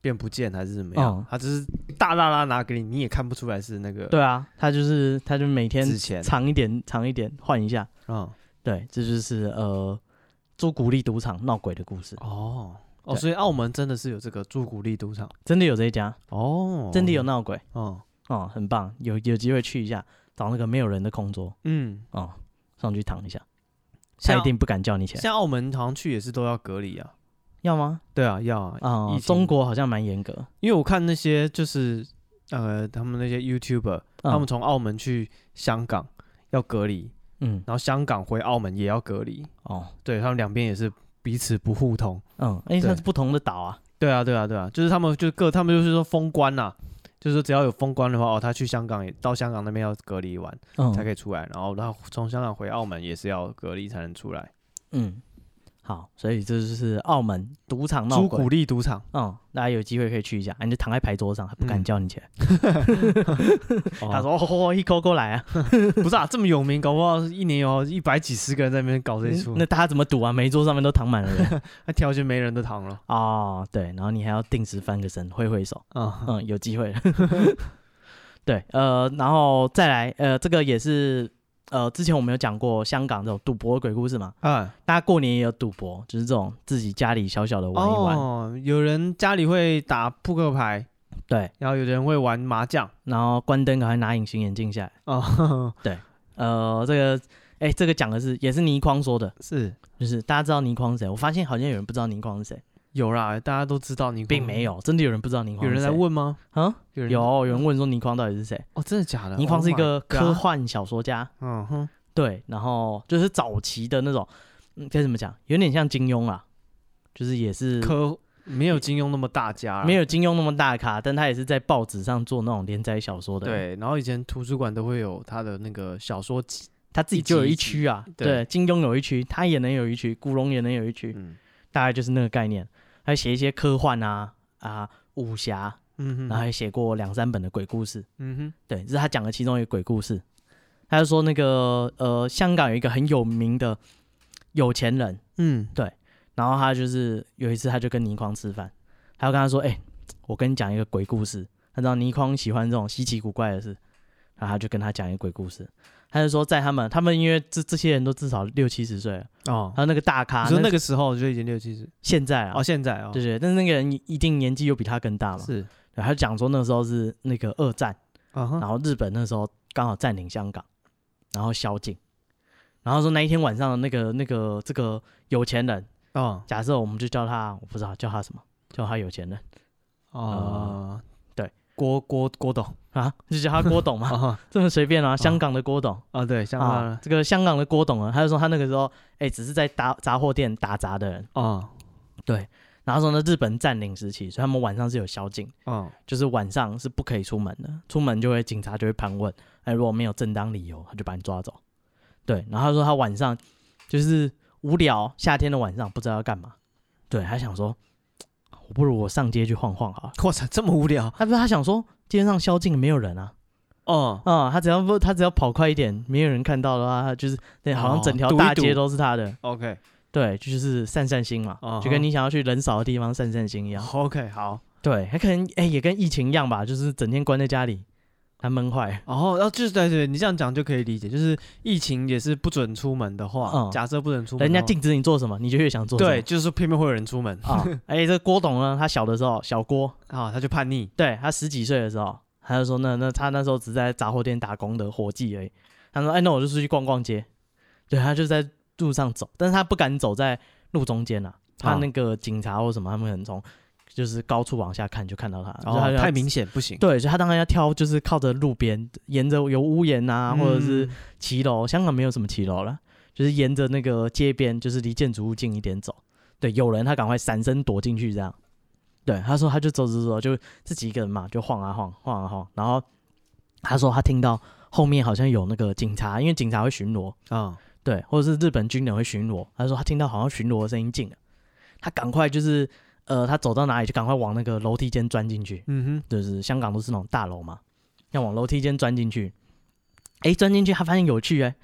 Speaker 1: 变不见还是怎么样，
Speaker 2: 嗯
Speaker 1: 他只是大大拉拿给你，你也看不出来是那个
Speaker 2: 对啊，他就是他就每天
Speaker 1: 之前
Speaker 2: 长一点长一点换一下，
Speaker 1: 嗯
Speaker 2: 对，这就是呃朱古力赌场闹鬼的故事，
Speaker 1: 哦哦，
Speaker 2: 对
Speaker 1: 所以澳门真的是有这个朱古力赌场
Speaker 2: 真的有这一家，
Speaker 1: 哦，
Speaker 2: 真的有闹鬼
Speaker 1: 嗯
Speaker 2: 哦，很棒，有有机会去一下，找那个没有人的空桌
Speaker 1: 嗯，
Speaker 2: 哦，上去躺一下，他
Speaker 1: 像
Speaker 2: 一定不敢叫你起来，
Speaker 1: 像澳门好像去也是都要隔离啊，
Speaker 2: 要吗？
Speaker 1: 对啊要啊，
Speaker 2: 啊、
Speaker 1: 疫情
Speaker 2: 中国好像蛮严格
Speaker 1: 因为我看那些就是呃，他们那些 YouTuber，
Speaker 2: 嗯
Speaker 1: 他们从澳门去香港要隔离，
Speaker 2: 嗯
Speaker 1: 然后香港回澳门也要隔离，
Speaker 2: 哦
Speaker 1: 对他们两边也是彼此不互通。
Speaker 2: 嗯，哎，
Speaker 1: 对
Speaker 2: 它是不同的岛啊，
Speaker 1: 对啊，对啊，对啊，就是他们就是各他们就是说封关呐、就是说只要有封关的话，哦，他去香港也到香港那边要隔离完才
Speaker 2: 嗯
Speaker 1: 可以出来，然后他从香港回澳门也是要隔离才能出来。
Speaker 2: 嗯，好，所以这就是澳门赌场闹
Speaker 1: 朱
Speaker 2: 鬼
Speaker 1: 古，力赌 场，
Speaker 2: 嗯，大家有机会可以去一下，啊你就躺在牌桌上，他不敢
Speaker 1: 嗯
Speaker 2: 叫你起来，他
Speaker 1: 他说
Speaker 2: 说哦，一扣扣来啊，
Speaker 1: 不是啊，这么有名，搞不好一年有一百几十个人在那边搞这一出，
Speaker 2: 那大家怎么赌啊？每一桌上面都躺满了人
Speaker 1: 那挑一些没人的糖了
Speaker 2: 哦，对，然后你还要定时翻个身，挥挥手，
Speaker 1: 啊。
Speaker 2: 嗯，有机会了。 对，呃，然后再来，呃，这个也是，呃，之前我们有讲过香港这种赌博的鬼故事嘛，
Speaker 1: 哎，
Speaker 2: 大家过年也有赌博，就是这种自己家里小小的玩一玩，
Speaker 1: 哦，有人家里会打扑克牌，
Speaker 2: 对，
Speaker 1: 然后有人会玩麻将
Speaker 2: 然后关灯，赶快拿隐形眼镜下来。
Speaker 1: 哦，
Speaker 2: 呃，这个，哎，这个讲的是也是倪匡说的，
Speaker 1: 是
Speaker 2: 就是大家知道倪匡是谁？我发现好像有人不知道倪匡是谁，
Speaker 1: 有啦，大家都知道你
Speaker 2: 并没有，真的有人不知道倪匡。
Speaker 1: 有人来，问吗？
Speaker 2: 啊，
Speaker 1: 有人
Speaker 2: 有有人问说倪匡到底是谁？
Speaker 1: 哦，真的假的？
Speaker 2: 倪匡是一个
Speaker 1: Oh my
Speaker 2: 科
Speaker 1: God，
Speaker 2: 幻小说家，
Speaker 1: 嗯哼，
Speaker 2: 对，然后就是早期的那种，嗯，该怎么讲，有点像金庸啦，就是也是
Speaker 1: 科嗯没有金庸那么大家啦，
Speaker 2: 没有金庸那么大咖，但他也是在报纸上做那种连载小说的，，
Speaker 1: 对，然后以前图书馆都会有他的那个小说集，
Speaker 2: 他自己
Speaker 1: 一
Speaker 2: 就有
Speaker 1: 集
Speaker 2: 一
Speaker 1: 一集
Speaker 2: 区啊，
Speaker 1: 对
Speaker 2: 对，金庸有一区，他也能有一区，古龙也能有一区，
Speaker 1: 嗯
Speaker 2: 大概就是那个概念，还写一些科幻啊啊武侠，
Speaker 1: 嗯
Speaker 2: 然后
Speaker 1: 哼，
Speaker 2: 还写过两三本的鬼故事，
Speaker 1: 嗯哼，
Speaker 2: 对，这是他讲的其中一个鬼故事。他就说那个呃，香港有一个很有名的有钱人，
Speaker 1: 嗯
Speaker 2: 然后他就是有一次，他就跟倪匡吃饭，他就跟他说：“哎、我跟你讲一个鬼故事。”他知道倪匡喜欢这种稀奇古怪的事，然后他就跟他讲一个鬼故事。他就说，在他们他们因为这这些人都至少六七十岁了，
Speaker 1: 哦，
Speaker 2: 还有那个大咖，
Speaker 1: 你说
Speaker 2: 那
Speaker 1: 那个时候就已经六七十
Speaker 2: 现在啊，
Speaker 1: 哦，现在哦
Speaker 2: 对对，但是那个人一定年纪又比他更大嘛。
Speaker 1: 是
Speaker 2: 对，他就讲说那时候是那个二战，
Speaker 1: 啊
Speaker 2: 然
Speaker 1: 哈，
Speaker 2: 后日本那时候刚好占领香港，然后宵禁，然后说那一天晚上的那个那个这个有钱人，
Speaker 1: 哦
Speaker 2: 假设我们就叫他，我不知道叫他什么，叫他有钱人呃
Speaker 1: 哦，
Speaker 2: 对，
Speaker 1: 郭郭郭董
Speaker 2: 啊，就叫他郭董 嘛，
Speaker 1: 啊
Speaker 2: 这么随便啊？香港的郭董
Speaker 1: 啊，对，像
Speaker 2: 啊
Speaker 1: 他，
Speaker 2: 这个香港的郭董啊，他就说他那个时候，哎，只是在打杂货店打杂的人，
Speaker 1: 哦
Speaker 2: 然后说呢，日本占领时期，所以他们晚上是有宵禁，
Speaker 1: 哦
Speaker 2: 就是晚上是不可以出门的，出门就会警察就会盘问，哎，如果没有正当理由，他就把你抓走。对，然后他说他晚上就是无聊，夏天的晚上不知道要干嘛，对，他想说，我不如我上街去晃晃好了。
Speaker 1: 我操，这么无聊
Speaker 2: 他不是他想说街上宵禁没有人啊，
Speaker 1: 哦，
Speaker 2: 啊、他只要不他只要跑快一点，没有人看到的话，他就是对，好像
Speaker 1: 哦
Speaker 2: 整条
Speaker 1: 赌一
Speaker 2: 大
Speaker 1: 赌
Speaker 2: 街都是他的，
Speaker 1: OK
Speaker 2: 对，就是散散心嘛
Speaker 1: 哦
Speaker 2: 就跟你想要去人少的地方散散心一样。
Speaker 1: OK 好，
Speaker 2: 对，他可能哎、也跟疫情一样吧，就是整天关在家里，他闷坏。
Speaker 1: 然后然后就是对对，你这样讲就可以理解，就是疫情也是不准出门的话
Speaker 2: 嗯，
Speaker 1: 假设不准出门的话，
Speaker 2: 人家禁止你做什么，你就越想做什么。
Speaker 1: 对，就是偏偏会有人出门
Speaker 2: 啊， 哎、这个郭董呢，他小的时候，小郭，
Speaker 1: 啊，他就叛逆
Speaker 2: 对他十几岁的时候，他就说那那他那时候只在杂货店打工的伙计而已。他说哎、那我就出去逛逛街。对他就在路上走，但是他不敢走在路中间啊，怕
Speaker 1: 啊
Speaker 2: 那个警察或什么，他们可能从就是高处往下看就看到他，
Speaker 1: 哦
Speaker 2: 所以啊他就要
Speaker 1: 太明显不行，
Speaker 2: 对，所以他当然要挑，就是靠着路边，沿着有屋檐啊，或者是
Speaker 1: 嗯
Speaker 2: 骑楼，香港没有什么骑楼了，就是沿着那个街边，就是离建筑物近一点走。对，有人他赶快闪身躲进去，这样。对，他说他就走走走，就自己一个人嘛，就晃啊晃，晃啊晃。然后他说他听到后面好像有那个警察，因为警察会巡逻，
Speaker 1: 啊
Speaker 2: 对，或者是日本军人会巡逻。他说他听到好像巡逻的声音近了，他赶快就是呃，他走到哪里就赶快往那个楼梯间钻进去。
Speaker 1: 嗯
Speaker 2: 就是香港都是那种大楼嘛，要往楼梯间钻进去。哎，钻进去他发现有趣哎、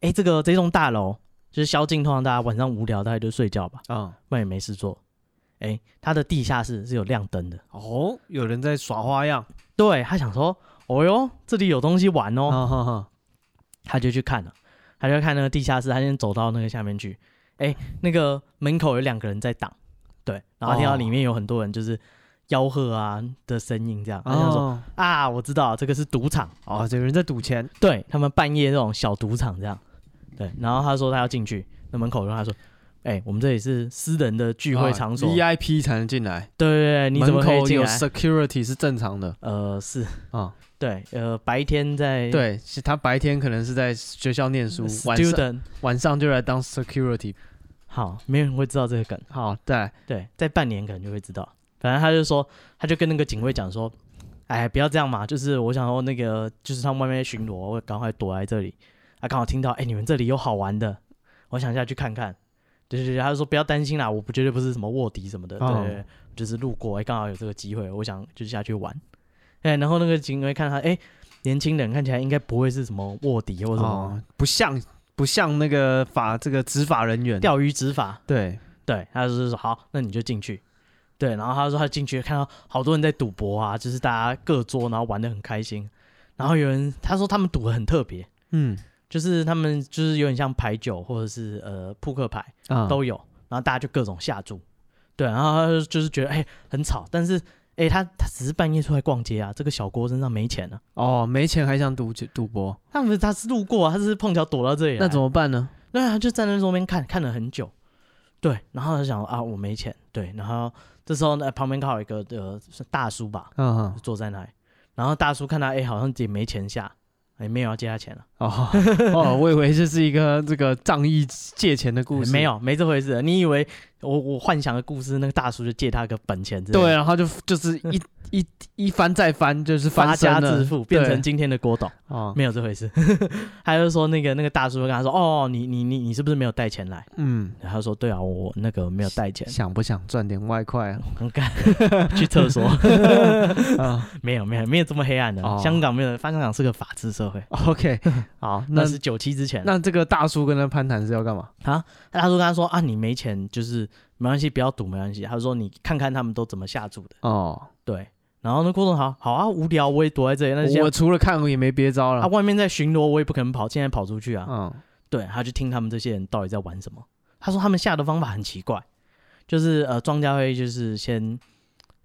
Speaker 2: 哎，这个这栋大楼就是宵禁，通常大家晚上无聊大家就睡觉吧，
Speaker 1: 哼啊
Speaker 2: 那也没事做。哎，它的地下室是有亮灯的，
Speaker 1: 哦，有人在耍花样
Speaker 2: 对他想说，哦哟，这里有东西玩哦，
Speaker 1: 啊哈哈
Speaker 2: 他就去看了，他就看那个地下室，他先走到那个下面去，哎，那个门口有两个人在挡，对，然后听到
Speaker 1: 哦
Speaker 2: 里面有很多人就是吆喝啊的声音这样，他想说、
Speaker 1: 哦
Speaker 2: 啊，我知道这个是赌场。
Speaker 1: 哦，有人在赌钱
Speaker 2: 对他们半夜那种小赌场这样，对，然后他说他要进去，那门口就跟他说，哎、哎、我们这里是私人的聚
Speaker 1: 啊
Speaker 2: 会场所，
Speaker 1: ，VIP 才能进来，
Speaker 2: 对对对，你怎么
Speaker 1: 哦门
Speaker 2: 可以
Speaker 1: 口
Speaker 2: 进
Speaker 1: 有
Speaker 2: 来？
Speaker 1: security 是正常的
Speaker 2: 呃，是
Speaker 1: 啊。
Speaker 2: 对，呃，白天在呃
Speaker 1: 对，是他白天可能是在学校念书，晚上
Speaker 2: 嗯 student，
Speaker 1: 晚上就来当 security。
Speaker 2: 好，没人会知道这个梗。
Speaker 1: 好，再来，
Speaker 2: 对，在半年可能就会知道。反正他就说，他就跟那个警卫讲说，哎，不要这样嘛，就是我想要那个，就是他们外面在巡逻，我赶快躲在这里。啊，刚好听到，哎，你们这里有好玩的，我想下去看看。对对对，他就说不要担心啦，我不绝对不是什么卧底什么的，对
Speaker 1: 哦
Speaker 2: 对对，就是路过，哎，刚好有这个机会，我想就下去玩。哎，然后那个警卫看他，哎，年轻人看起来应该不会是什么卧底或什么
Speaker 1: 哦，不像不像那个法这个执法人员，
Speaker 2: 钓鱼执法，
Speaker 1: 对，
Speaker 2: 对，他就是说好，那你就进去。对，然后他说他进去看到好多人在赌博啊，就是大家各桌，然后玩的很开心。然后有人他说他们赌的很特别，
Speaker 1: 嗯
Speaker 2: 就是他们就是有点像牌九或者是呃扑克牌
Speaker 1: 啊，
Speaker 2: 都有，然后大家就各种下注。对，然后他就就是觉得哎、很吵，但是哎、他他只是半夜出来逛街啊，这个小郭身上没钱啊。
Speaker 1: 哦，没钱还想赌赌博，
Speaker 2: 他们他是路过啊，他是碰巧躲到这里来。啊
Speaker 1: 那怎么办呢？
Speaker 2: 对啊，就站在那边看看了很久，对，然后他想啊，我没钱，对，然后这时候呢，旁边刚好有一个呃是大叔吧，
Speaker 1: 嗯嗯，
Speaker 2: 坐在那里，然后大叔看他哎、好像也没钱下，也没有要借他钱了，
Speaker 1: 哦 哦，我以为这是一个这个仗义借钱的故事，
Speaker 2: 哎没。有没这回事，你以为我我幻想的故事那个大叔就借他个本钱之类的，
Speaker 1: 对，然后就就是一一一翻再翻，就是翻
Speaker 2: 发家
Speaker 1: 身了
Speaker 2: 致富变
Speaker 1: 对
Speaker 2: 成今天的郭董，
Speaker 1: 哦，
Speaker 2: 没有这回事， 他就说那个那个大叔就跟他说哦你你你你是不是没有带钱来？
Speaker 1: 嗯，
Speaker 2: 然后他说对啊我那个没有带 钱，
Speaker 1: 想不想赚点外快 啊？
Speaker 2: 很干去厕所。
Speaker 1: 啊
Speaker 2: 没有没有没有这么黑暗的，
Speaker 1: 哦
Speaker 2: 香港没有，香港是个法治社会，
Speaker 1: ，OK，好， 那
Speaker 2: 那是九七之前。
Speaker 1: 那这个大叔跟他攀谈是要干嘛？
Speaker 2: 大叔跟他说啊，你没钱就是没关系，不要赌没关系。他说你看看他们都怎么下注的，
Speaker 1: 哦，
Speaker 2: 对。然后呢，郭总好好啊，无聊我也躲在这里，那些
Speaker 1: 我除了看我也没别招
Speaker 2: 啊
Speaker 1: 了。
Speaker 2: 外面在巡逻，我也不可能跑，现在跑出去啊。
Speaker 1: 嗯，
Speaker 2: 对，他就听他们这些人到底在玩什么。他说他们下的方法很奇怪，就是呃，庄家会就是先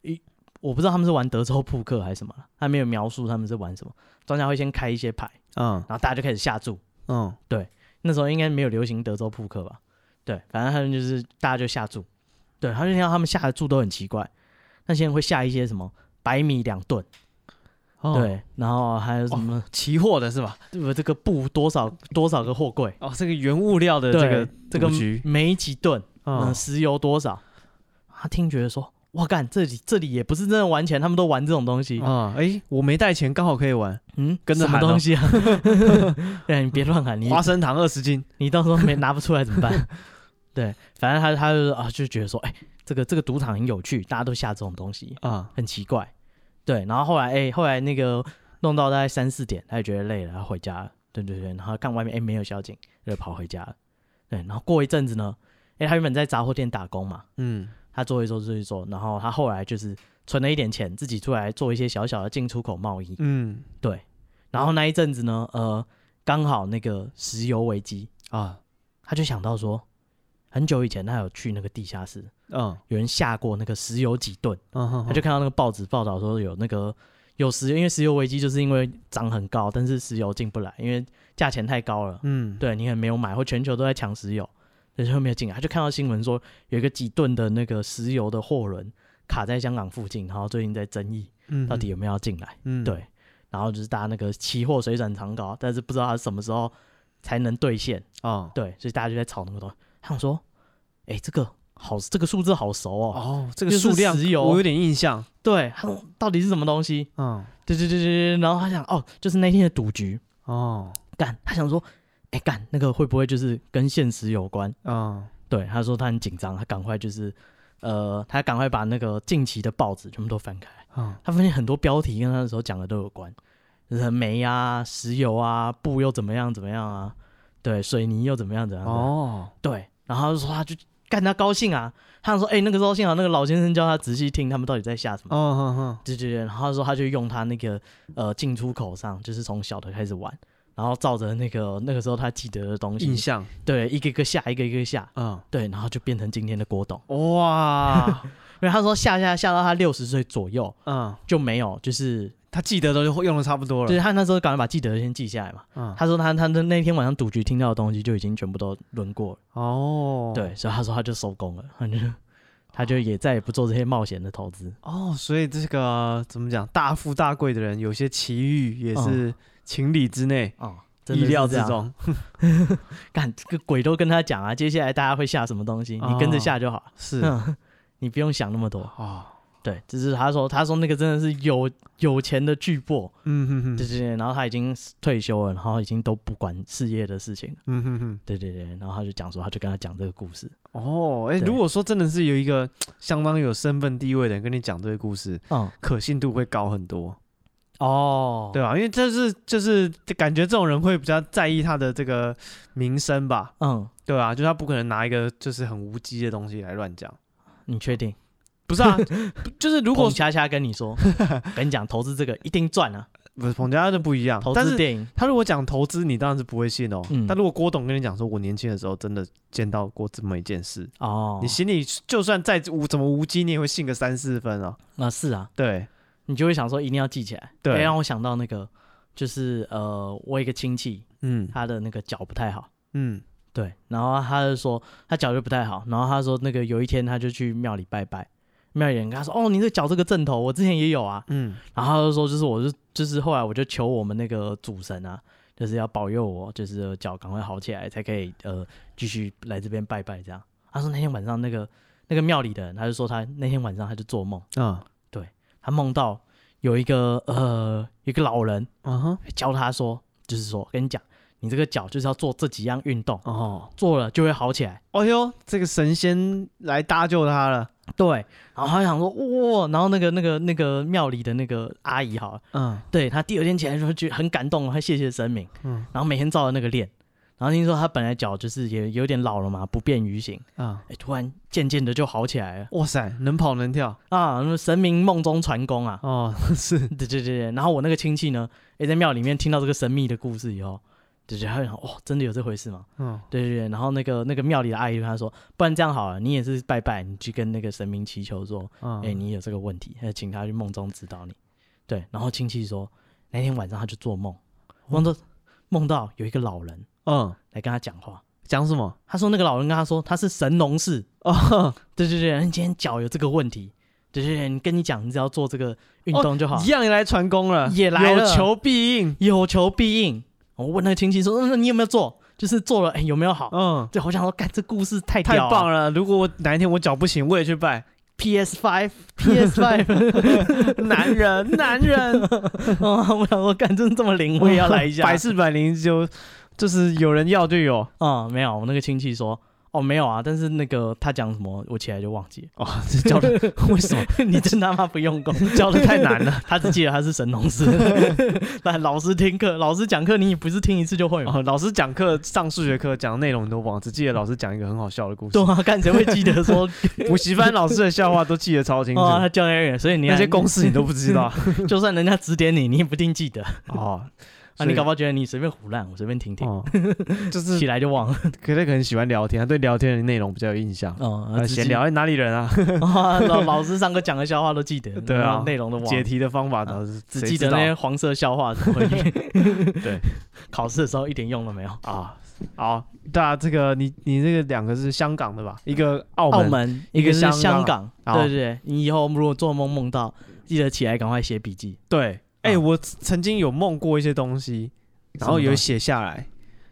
Speaker 2: 一，我不知道他们是玩德州扑克还是什么，他没有描述他们是玩什么。庄家会先开一些牌，
Speaker 1: 嗯
Speaker 2: 然后大家就开始下注。
Speaker 1: 嗯
Speaker 2: 那时候应该没有流行德州扑克吧？对，反正他们就是大家就下注，对，他就听到他们下的注都很奇怪，那些人会下一些什么百米两吨，
Speaker 1: 哦，
Speaker 2: 对，然后还有什么
Speaker 1: 期货的是吧？
Speaker 2: 呃这个布多少多少个货柜，
Speaker 1: 哦，这个原物料的这
Speaker 2: 对
Speaker 1: 个
Speaker 2: 这个
Speaker 1: 赌局，
Speaker 2: 每几吨，嗯，
Speaker 1: 嗯，
Speaker 2: 石油多少，他听觉得说，哇干，这里这里也不是真的玩钱，他们都玩这种东西，
Speaker 1: 啊，哎，我没带钱，刚好可以玩
Speaker 2: 嗯，
Speaker 1: 跟着
Speaker 2: 什么
Speaker 1: 喊哦
Speaker 2: 东西啊？ 哎对，你别 乱喊，你
Speaker 1: 花生糖二十斤。
Speaker 2: 你到时候没拿不出来怎么办？对，反正他他就是啊，就觉得说，哎、这个这个赌场很有趣，大家都下这种东西，
Speaker 1: 啊，
Speaker 2: 很奇怪。对，然后后来哎、后来那个弄到大概三四点，他也觉得累了，他回家了。对对对，然后看外面哎、没有宵禁，就跑回家了。对，然后过一阵子呢，哎、他原本在杂货店打工嘛，
Speaker 1: 嗯，
Speaker 2: 他做一做做一做，然后他后来就是存了一点钱，自己出来做一些小小的进出口贸易。
Speaker 1: 嗯
Speaker 2: 对，然后那一阵子呢，呃，刚好那个石油危机，
Speaker 1: 啊，
Speaker 2: 他就想到说，很久以前他有去那个地下室，
Speaker 1: 嗯
Speaker 2: 有人下过那个石油几吨，
Speaker 1: 嗯，
Speaker 2: 他就看到那个报纸报道说有那个有石油，因为石油危机就是因为涨很高，但是石油进不来，因为价钱太高了，
Speaker 1: 嗯，
Speaker 2: 对你很没有买，或全球都在抢石油，所以就没有进来。他就看到新闻说有一个几吨的那个石油的货轮卡在香港附近，然后最近在争议
Speaker 1: 嗯，
Speaker 2: 到底有没有要进来，
Speaker 1: 嗯，
Speaker 2: 对，然后就是大家那个期货水涨船高，但是不知道它什么时候才能兑现。
Speaker 1: 哦
Speaker 2: 对，所以大家就在炒那个东西。他想说，哎、这个好，这个数字好熟哦。
Speaker 1: 哦，这个
Speaker 2: 就是
Speaker 1: 数量
Speaker 2: 石油
Speaker 1: 我有点印象。
Speaker 2: 对，他说到底是什么东西？
Speaker 1: 嗯
Speaker 2: 对对对对对。然后他想，哦，就是那天的赌局，
Speaker 1: 哦
Speaker 2: 干，他想说，哎、干，那个会不会就是跟现实有关？
Speaker 1: 嗯
Speaker 2: 对，他说他很紧张，他赶快就是，呃，他赶快把那个近期的报纸全部都翻开，
Speaker 1: 嗯
Speaker 2: 他发现很多标题跟他那时候讲的都有关，人煤啊、石油啊、布又怎么样怎么样啊，对，水泥又怎么样怎么样怎么样。
Speaker 1: 哦
Speaker 2: 对，然后他就说他就干他高兴啊，他想说哎、那个时候幸好那个老先生教他仔细听他们到底在下什
Speaker 1: 哦
Speaker 2: 么，
Speaker 1: 哦
Speaker 2: 对对对，然后他说他就用他那个呃进出口上，就是从小的开始玩，然后照着那个那个时候他记得的东
Speaker 1: 印
Speaker 2: 西，
Speaker 1: 象。
Speaker 2: 对，一个一个下，一个一个下，
Speaker 1: 嗯
Speaker 2: 对，然后就变成今天的郭董，
Speaker 1: 哇
Speaker 2: 因为他说下下下到他六十岁左右
Speaker 1: 嗯
Speaker 2: 就没有，就是
Speaker 1: 他记得的都用的差不多
Speaker 2: 就是
Speaker 1: 了。
Speaker 2: 他那时候赶快把记得的先记下来嘛。
Speaker 1: 嗯，
Speaker 2: 他说他他那那天晚上赌局听到的东西就已经全部都轮过了，
Speaker 1: 哦，，
Speaker 2: 对，所以他说他就收工了，他就他就也再也不做这些冒险的投资。
Speaker 1: 哦，所以这个怎么讲，大富大贵的人有些奇遇也是情理之内，
Speaker 2: 哦，嗯真的
Speaker 1: 啊意
Speaker 2: 是
Speaker 1: 料
Speaker 2: 这
Speaker 1: 之
Speaker 2: 样。
Speaker 1: 中。
Speaker 2: 干，这个鬼都跟他讲啊，接下来大家会下什么东西，你跟着下就好了。
Speaker 1: 啊是
Speaker 2: 哼 你不用想那么多，
Speaker 1: 哦，
Speaker 2: 对，这是他说，他说那个真的是有有钱的巨擘，
Speaker 1: 嗯哼哼，
Speaker 2: 对对对，然后他已经退休了，然后已经都不管事业的事情了，
Speaker 1: 嗯哼哼。
Speaker 2: 对对对，然后他就讲说，他就跟他讲这个故事，
Speaker 1: 哦，哎、
Speaker 2: 对
Speaker 1: 如果说真的是有一个相当有身份地位的人跟你讲这个故事，
Speaker 2: 嗯，
Speaker 1: 可信度会高很多，
Speaker 2: 哦，
Speaker 1: 啊对吧、啊因为这是就是感觉这种人会比较在意他的这个名声吧，
Speaker 2: 嗯，
Speaker 1: 对吧、就他不可能拿一个就是很无稽的东西来乱讲，
Speaker 2: 你确定？
Speaker 1: 不是啊？ 就是如
Speaker 2: 如
Speaker 1: 果
Speaker 2: 果恰恰跟 你说，跟你讲投资这个一定赚啊，
Speaker 1: 不是彭家就不一样，
Speaker 2: 投
Speaker 1: 但
Speaker 2: 资
Speaker 1: 是
Speaker 2: 电影，
Speaker 1: 他如果讲投资，你当然是不会信哦。
Speaker 2: 嗯
Speaker 1: 但如果郭董跟你讲说，我年轻的时候真的见到过这么一件事，
Speaker 2: 哦，
Speaker 1: 你心里就算再无怎么无稽，你也会信个三四分啊。
Speaker 2: 啊、是啊，
Speaker 1: 对，
Speaker 2: 你就会想说一定要记起来，
Speaker 1: 对
Speaker 2: 哎让我想到那个，就是呃，我有一个亲戚，
Speaker 1: 嗯
Speaker 2: 他的那个脚不太好，
Speaker 1: 嗯
Speaker 2: 对，然后他就说他脚就不太好，然后他说那个有一天他就去庙里拜拜，庙里人跟他说，哦，你这脚这个症头，我之前也有啊，
Speaker 1: 嗯，
Speaker 2: 然后他就说就是我就就是后来我就求我们那个主神啊，就是要保佑我，就是呃脚赶快好起来，才可以呃继续来这边拜拜这样。他说那天晚上那个那个庙里的人，他就说他那天晚上他就做梦，
Speaker 1: 啊
Speaker 2: 他梦到有一个呃一个老人
Speaker 1: 啊哈
Speaker 2: 教他说，就是说跟你讲，你这个脚就是要做这几样运动，
Speaker 1: 哦，
Speaker 2: 做了就会好起来。
Speaker 1: 哎呦，这个神仙来搭救他了。
Speaker 2: 对，然后他想说哇，然后那个那个那个庙里的那个阿姨好了，
Speaker 1: 嗯
Speaker 2: 对他第二天起来就觉得很感动，还谢谢神明，
Speaker 1: 嗯
Speaker 2: 然后每天照着那个练，然后听说他本来脚就是也有点老了嘛，不便于行，
Speaker 1: 啊，
Speaker 2: 哎，突然渐渐的就好起来了
Speaker 1: 哇塞，能跑能跳
Speaker 2: 啊，那神明梦中传功啊，
Speaker 1: 哦，是
Speaker 2: 对对对对，然后我那个亲戚呢，哎，在庙里面听到这个神秘的故事以后，对对，他就想，哇、真的有这回事吗？
Speaker 1: 嗯
Speaker 2: 对对对，然后那个那个庙里的阿姨就跟他说，不然这样好了，你也是拜拜，你去跟那个神明祈求说，
Speaker 1: 嗯
Speaker 2: 哎、你有这个问题，呃请他去梦中指导你。对，然后亲戚说，那天晚上他就做梦，梦到梦到有一个老人
Speaker 1: 嗯，
Speaker 2: 来跟他讲话，
Speaker 1: 讲什么？
Speaker 2: 他说那个老人跟他说他是神农氏，
Speaker 1: 哦，
Speaker 2: 对对对，你今天脚有这个问题，对对对，你跟你讲，你只要做这个运
Speaker 1: 哦
Speaker 2: 动就好，
Speaker 1: 一样也来传功了，
Speaker 2: 也来了
Speaker 1: 有求必应。
Speaker 2: 有求必应。我问那个亲戚说，嗯那、你有没有做？就是做了，哎、有没有好？
Speaker 1: 嗯，
Speaker 2: 对，我想说，干这故事太
Speaker 1: 太
Speaker 2: 屌啊了
Speaker 1: 棒了！如果我哪一天我脚不行，我也去拜。
Speaker 2: ！PS Five PS Five，
Speaker 1: 男 人，男人，
Speaker 2: 我想说，干真的这么灵，我也要 来一下。
Speaker 1: 百试百灵就就是有人要就有
Speaker 2: 啊、没有，我那个亲戚说，哦，没有啊，但是那个他讲什么，我起来就忘记了。
Speaker 1: 哦，这教的为什么
Speaker 2: 你真他妈不用功，
Speaker 1: 教的太难了？
Speaker 2: 他只记得他是神农氏。来，老师听课，老师讲课，你也不是听一次就会嘛？
Speaker 1: 哦，老师讲课上数学课讲的内容你都忘，只记得老师讲一个很好笑的故事
Speaker 2: 对。啊，看谁会记 得说
Speaker 1: 补习班老师的笑话都记得超清楚，
Speaker 2: 哦， 他教练员，所以你
Speaker 1: 那
Speaker 2: 看
Speaker 1: 些公式你都不知 道
Speaker 2: 就算人家指点你，你也不一定记得。
Speaker 1: 哦。
Speaker 2: 啊，你搞不
Speaker 1: 好
Speaker 2: 好觉得你随便胡乱，我随便听听，
Speaker 1: 哦， 就是
Speaker 2: 起来就忘了。
Speaker 1: 可能可能喜欢聊天，他对聊天的内容比较有印象。
Speaker 2: 哦，
Speaker 1: 呃
Speaker 2: 自己
Speaker 1: 闲 聊，哎哪里人啊？
Speaker 2: 啊，老老师上课讲的笑话都记得，
Speaker 1: 对啊
Speaker 2: 然后内容都忘
Speaker 1: 解
Speaker 2: 了，
Speaker 1: 题的方法呢？
Speaker 2: 啊只
Speaker 1: 谁
Speaker 2: 记得
Speaker 1: 知道
Speaker 2: 那些黄色笑话怎么回去。
Speaker 1: 对，
Speaker 2: 考试的时候一点用都没有。
Speaker 1: 啊，好，对啊，这个你你这个两个是香港的吧？一个澳门，
Speaker 2: 澳门，
Speaker 1: 一
Speaker 2: 一
Speaker 1: 个
Speaker 2: 个是
Speaker 1: 香
Speaker 2: 香
Speaker 1: 港啊
Speaker 2: 港，
Speaker 1: 好
Speaker 2: 对对对，你以后如果做梦梦到，记得起来赶快写笔记。
Speaker 1: 对，哎、
Speaker 2: 啊
Speaker 1: 我曾经有梦过一些东西，然后
Speaker 2: 什么
Speaker 1: 有
Speaker 2: 东西
Speaker 1: 写下来，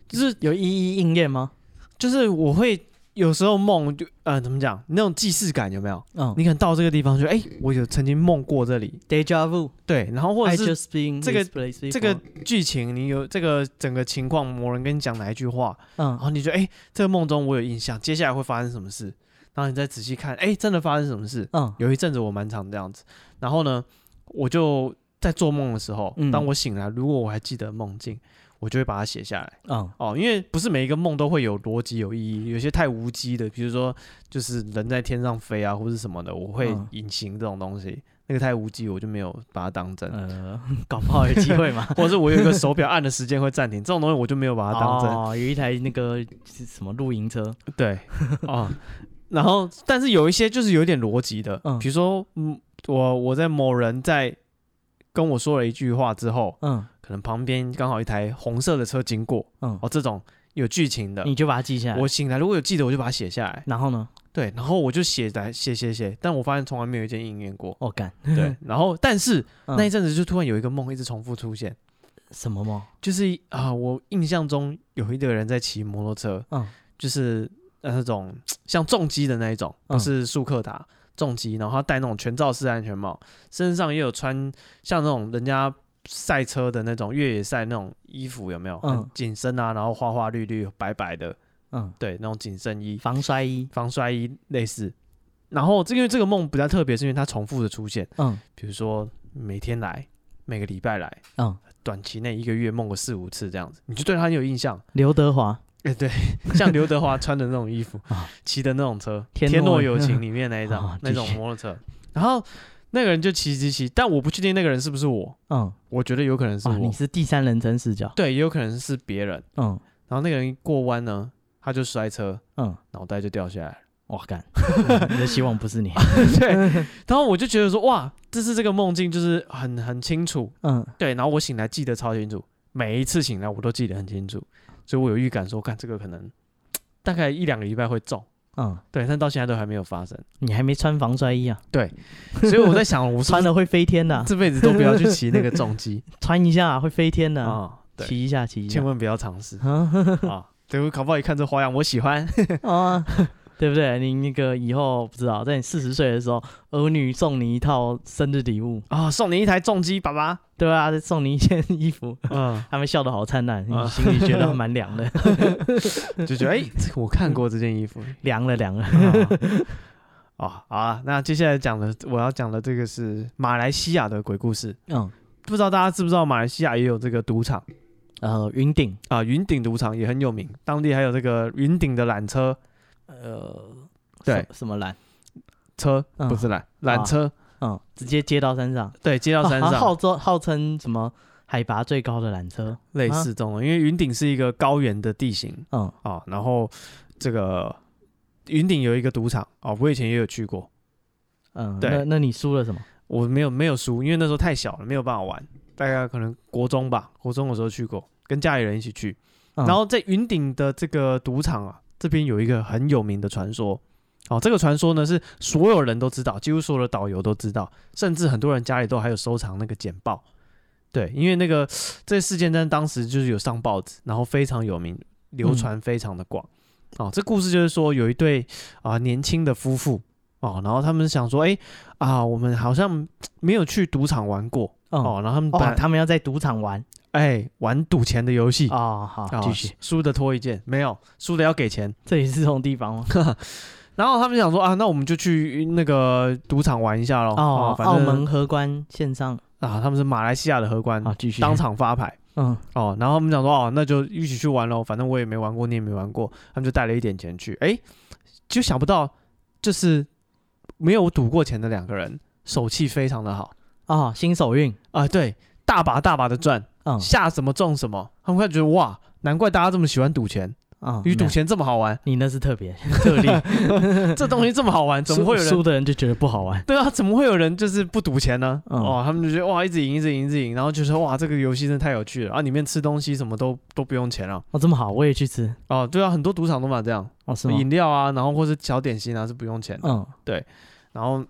Speaker 1: 就是
Speaker 2: 有一一应验吗？
Speaker 1: 就是我会有时候梦就呃怎么讲那种既视感有没有？
Speaker 2: 嗯
Speaker 1: 你可能到这个地方就哎、我有曾经梦过这里，
Speaker 2: ，deja vu，
Speaker 1: 对，然后或
Speaker 2: I
Speaker 1: 者是
Speaker 2: just been
Speaker 1: 这个
Speaker 2: this place before
Speaker 1: 这个，剧情你有这个整个情况，某人跟你讲哪一句话，然
Speaker 2: 嗯，
Speaker 1: 后你就哎、这个梦中我有印象，接下来会发生什么事，然后你再仔细看，哎、真的发生什么事，
Speaker 2: 嗯，
Speaker 1: 有一阵子我蛮常这样子，然后呢，我就在做梦的时候，
Speaker 2: 嗯
Speaker 1: 当我醒来，如果我还记得梦境，我就会把它写下来。
Speaker 2: 嗯，
Speaker 1: 哦，因为不是每一个梦都会有逻辑、有意义，有些太无稽的，比如说就是人在天上飞啊，或是什么的，我会
Speaker 2: 嗯
Speaker 1: 隐形这种东西，那个太无稽，我就没有把它当真。
Speaker 2: 呃，
Speaker 1: 。
Speaker 2: 搞不好有机会嘛
Speaker 1: 或者是我有一个手表 按的时间会暂停，这种东西我就没有把它当真。
Speaker 2: 哦，有一台那个是什么露营车，
Speaker 1: 对， 哦，然后但是有一些就是有点逻辑的，
Speaker 2: 嗯
Speaker 1: 比如说，嗯，我我在某人在跟我说了一句话之后，
Speaker 2: 嗯
Speaker 1: 可能旁边刚好一台红色的车经过，
Speaker 2: 嗯，
Speaker 1: 哦，这种有剧情的，
Speaker 2: 你就把它记下来。
Speaker 1: 我醒来如果有记得，我就把它写下来。
Speaker 2: 然后呢？
Speaker 1: 对，然后我就写来写写写，但我发现从来没有一件应验过
Speaker 2: 。哦，干，
Speaker 1: 对，然后但是
Speaker 2: 嗯
Speaker 1: 那一阵子就突然有一个梦一直重复出现，
Speaker 2: 什么梦？
Speaker 1: 就是啊、我印象中有一个人在骑摩托车，
Speaker 2: 嗯
Speaker 1: 就是呃那种像重机的那一种，不
Speaker 2: 嗯
Speaker 1: 是速克达重机，然后他戴那种全罩式安全帽，身上也有穿像那种人家赛车的那种越野赛那种衣服，有没有？
Speaker 2: 嗯
Speaker 1: 嗯，紧身啊，然后花花绿绿白白的，
Speaker 2: 嗯，
Speaker 1: 对，那种紧身衣、
Speaker 2: 防摔衣。
Speaker 1: 防摔衣类似。然后这个因为这个梦比较特别，是因为它重复的出现，
Speaker 2: 嗯
Speaker 1: 比如说每天来，每个礼拜来，
Speaker 2: 嗯，
Speaker 1: 短期内一个月梦个四五次这样子，你就对他很有印象。
Speaker 2: 刘德华。
Speaker 1: 哎、 对，像刘德华穿的那种衣服
Speaker 2: 啊，
Speaker 1: 骑的那种车，《
Speaker 2: 天
Speaker 1: 天
Speaker 2: 若
Speaker 1: 若有 情》里面那一张、
Speaker 2: 啊
Speaker 1: 那种
Speaker 2: 继续
Speaker 1: 摩托车，然后那个人就骑骑骑，但我不确定那个人是不是我，
Speaker 2: 嗯，
Speaker 1: 我觉得有可能是
Speaker 2: 啊，
Speaker 1: 我，
Speaker 2: 你是第三人称视角。
Speaker 1: 对，也有可能是别人。
Speaker 2: 嗯
Speaker 1: 然后那个人一过弯呢，他就摔车，
Speaker 2: 嗯，
Speaker 1: 脑袋就掉下来了。
Speaker 2: 哇 干，你的希望不是你。
Speaker 1: 对，然后我就觉得说，哇，这次这个梦境就是很很清楚，
Speaker 2: 嗯，
Speaker 1: 对，然后我醒来记得超清楚，每一次醒来我都记得很清楚，所以我有预感说，看这个可能大概一两个礼拜会中，
Speaker 2: 嗯，
Speaker 1: 对，但到现在都还没有发生。
Speaker 2: 你还没穿防摔衣啊？
Speaker 1: 所以我在 想，我是不
Speaker 2: 穿
Speaker 1: 是
Speaker 2: 了会飞天的啊，
Speaker 1: 这辈子都不要去骑那个重 机
Speaker 2: 穿一下啊会飞天的啊，
Speaker 1: 啊，对，
Speaker 2: 骑一下，骑一下
Speaker 1: 千。万不要尝 试
Speaker 2: 啊
Speaker 1: 啊。对，我搞不好一看这花样，我喜欢。
Speaker 2: 啊，对不对？你那个以后不知道，在你四十岁的时候，儿女送你一套生日礼物，
Speaker 1: 啊，送你一台重机，爸爸。
Speaker 2: 对啊，再送你一件衣服，
Speaker 1: 嗯，
Speaker 2: 他们笑得好灿烂，
Speaker 1: 啊
Speaker 2: 你心里觉得蛮凉的，
Speaker 1: 就觉得哎，这个我看过这件衣服。
Speaker 2: 凉了凉了。 嗯
Speaker 1: 啊，好啊，那接下来讲的我要讲的这个是马来西亚的鬼故事。
Speaker 2: 嗯，
Speaker 1: 不知道大家知不知道，马来西亚也有这个赌场
Speaker 2: 呃，云顶，
Speaker 1: 啊，云顶赌场也很有名，当地还有这个云顶的缆车
Speaker 2: 呃，
Speaker 1: 对
Speaker 2: 什什么蓝？
Speaker 1: 车，
Speaker 2: 嗯
Speaker 1: 不是缆缆车，
Speaker 2: 嗯，直接接到山上，
Speaker 1: 对，接到山
Speaker 2: 啊它
Speaker 1: 上
Speaker 2: 号召号称什么海拔最高的缆车？
Speaker 1: 类似这种
Speaker 2: 啊
Speaker 1: 的，因为云顶是一个高原的地形，
Speaker 2: 嗯
Speaker 1: 啊，然后这个云顶有一个赌场啊，我以前也有去过，
Speaker 2: 嗯，
Speaker 1: 对
Speaker 2: 那那你输了什么？
Speaker 1: 我没有没有输，因为那时候太小了，没有办法玩，大概可能国中吧，国中的时候去过，跟家里人一起去。
Speaker 2: 嗯
Speaker 1: 然后在云顶的这个赌场啊，这边有一个很有名的传说。哦，这个传说呢是所有人都知道，几乎所有的导游都知道，甚至很多人家里都还有收藏那个简报。对，因为那个这个事件在当时就是有上报纸，然后非常有名，流传非常的广。哦，这故事就是说有一对啊、年轻的夫妇哦，然后他们想说，哎啊，我们好像没有去赌场玩过、
Speaker 2: 嗯
Speaker 1: 哦，然后他们把
Speaker 2: 哦，他们要在赌场玩
Speaker 1: 哎玩赌钱的游戏。
Speaker 2: 哦，好，
Speaker 1: 啊
Speaker 2: 继续，
Speaker 1: 输的脱一件，没有输的要给钱。
Speaker 2: 这里是这种地方吗？
Speaker 1: 然后他们想说啊，那我们就去那个赌场玩一下喽。啊，
Speaker 2: 哦
Speaker 1: 反
Speaker 2: 澳
Speaker 1: 正
Speaker 2: 门荷官线上
Speaker 1: 啊，他们是马来西亚的荷官，
Speaker 2: 啊，继续
Speaker 1: 嗯当，场发牌。
Speaker 2: 嗯
Speaker 1: 哦，然后他们想说，哦，那就一起去玩喽，反正我也没玩过，你也没玩过，他们就带了一点钱去，哎，就想不到，就是没有赌过钱的两个人，手气非常的好
Speaker 2: 哦，新手运，
Speaker 1: 啊、对，大把大把的赚，
Speaker 2: 嗯
Speaker 1: 下什么中什么，他们开始觉得哇，难怪大家这么喜欢赌钱，
Speaker 2: 嗯，
Speaker 1: 因为
Speaker 2: 没
Speaker 1: 赌
Speaker 2: 有
Speaker 1: 钱这么好玩，
Speaker 2: 你那是特别特 例，
Speaker 1: 这东西这么好玩，怎么会有
Speaker 2: 输
Speaker 1: 人？
Speaker 2: 输的人就觉得不好玩？
Speaker 1: 对啊，怎么会有人就是不赌钱呢？
Speaker 2: 嗯
Speaker 1: 哦，他们就觉得哇，一直赢，一直赢，一直赢，然后就说哇，这个游戏真的太有趣了啊！里面吃东西什么都都不用钱了。
Speaker 2: 哦，这么好，我也去吃。
Speaker 1: 哦，对啊，很多赌场都嘛这样。
Speaker 2: 哦，是吗？
Speaker 1: 饮料啊，然后或是小点心啊是不用钱的，
Speaker 2: 嗯
Speaker 1: 然后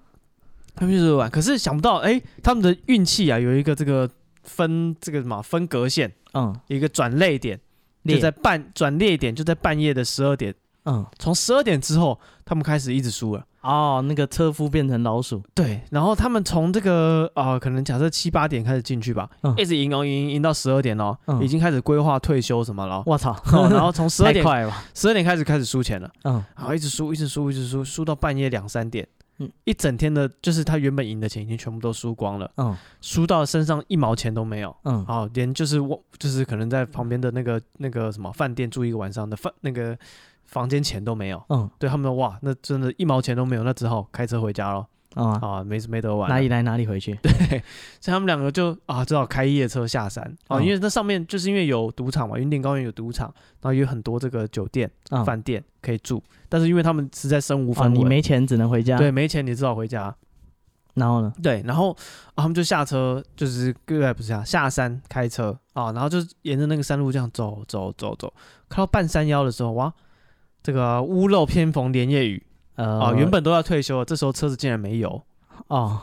Speaker 1: 他们就是玩，可是想不到哎、他们的运气啊有一个这个分这个什么分隔线，
Speaker 2: 嗯，
Speaker 1: 有一个转泪点，就
Speaker 2: 列
Speaker 1: 在半转裂点就在半夜的十二点，
Speaker 2: 嗯
Speaker 1: 从十二点之后他们开始一直输了，
Speaker 2: 哦，那个车夫变成老鼠，
Speaker 1: 对，然后他们从这个啊、呃可能假设七八点开始进去吧，
Speaker 2: 嗯
Speaker 1: 一直赢哦赢赢赢到十二点哦，
Speaker 2: 嗯。
Speaker 1: 已经开始规划退休什么了
Speaker 2: 我操，
Speaker 1: 哦然后从十二
Speaker 2: 太
Speaker 1: 点
Speaker 2: 快了吧？
Speaker 1: 十二点开始开始输钱了，
Speaker 2: 嗯
Speaker 1: 然后一直输，一直输，一直输，输到半夜两三点，
Speaker 2: 嗯
Speaker 1: 一整天的，就是他原本赢的钱已经全部都输光了，
Speaker 2: 嗯
Speaker 1: 输到身上一毛钱都没有，
Speaker 2: 嗯
Speaker 1: 好，连就是我就是可能在旁边的那个那个什么饭店住一个晚上的饭那个房间钱都没有，
Speaker 2: 嗯
Speaker 1: 对他们说哇，那真的，一毛钱都没有，那只好开车回家咯。
Speaker 2: 啊，
Speaker 1: 啊，没没得玩了，
Speaker 2: 哪里来哪里回去？
Speaker 1: 所以他们两个就啊，只好开夜车下山啊，
Speaker 2: 嗯
Speaker 1: 因为那上面就是因为有赌场嘛，云顶高原有赌场，然后也有很多这个酒店、
Speaker 2: 嗯
Speaker 1: 饭店可以住，但是因为他们实在身无
Speaker 2: 哦，
Speaker 1: 分
Speaker 2: 你
Speaker 1: 文，
Speaker 2: 没钱只能回家。
Speaker 1: 对，没钱你只好回家。
Speaker 2: 然后呢？
Speaker 1: 对，然后、啊他们就下车，就是对，不是啊下下山开车啊，然后就沿着那个山路这样走走走走，看到半山腰的时候，哇，这个屋漏偏逢连夜雨
Speaker 2: 呃，
Speaker 1: 啊，原本都要退休了，这时候车子竟然没油，
Speaker 2: 哦，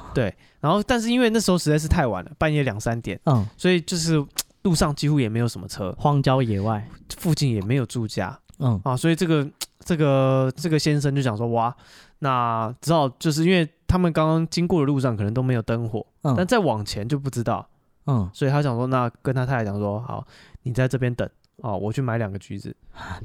Speaker 1: 然后但是因为那时候实在是太晚了，半夜两三点，
Speaker 2: 嗯，
Speaker 1: 所以就是路上几乎也没有什么车，
Speaker 2: 荒郊野外，
Speaker 1: 附近也没有住家
Speaker 2: 嗯，
Speaker 1: 啊，所以这个这个这个先生就想说，哇，那只好就是因为他们刚刚经过的路上可能都没有灯火，
Speaker 2: 嗯
Speaker 1: 但再往前就不知道。
Speaker 2: 嗯，
Speaker 1: 所以他想说，那跟他太太讲说，好，你在这边等哦，我去买两个橘子。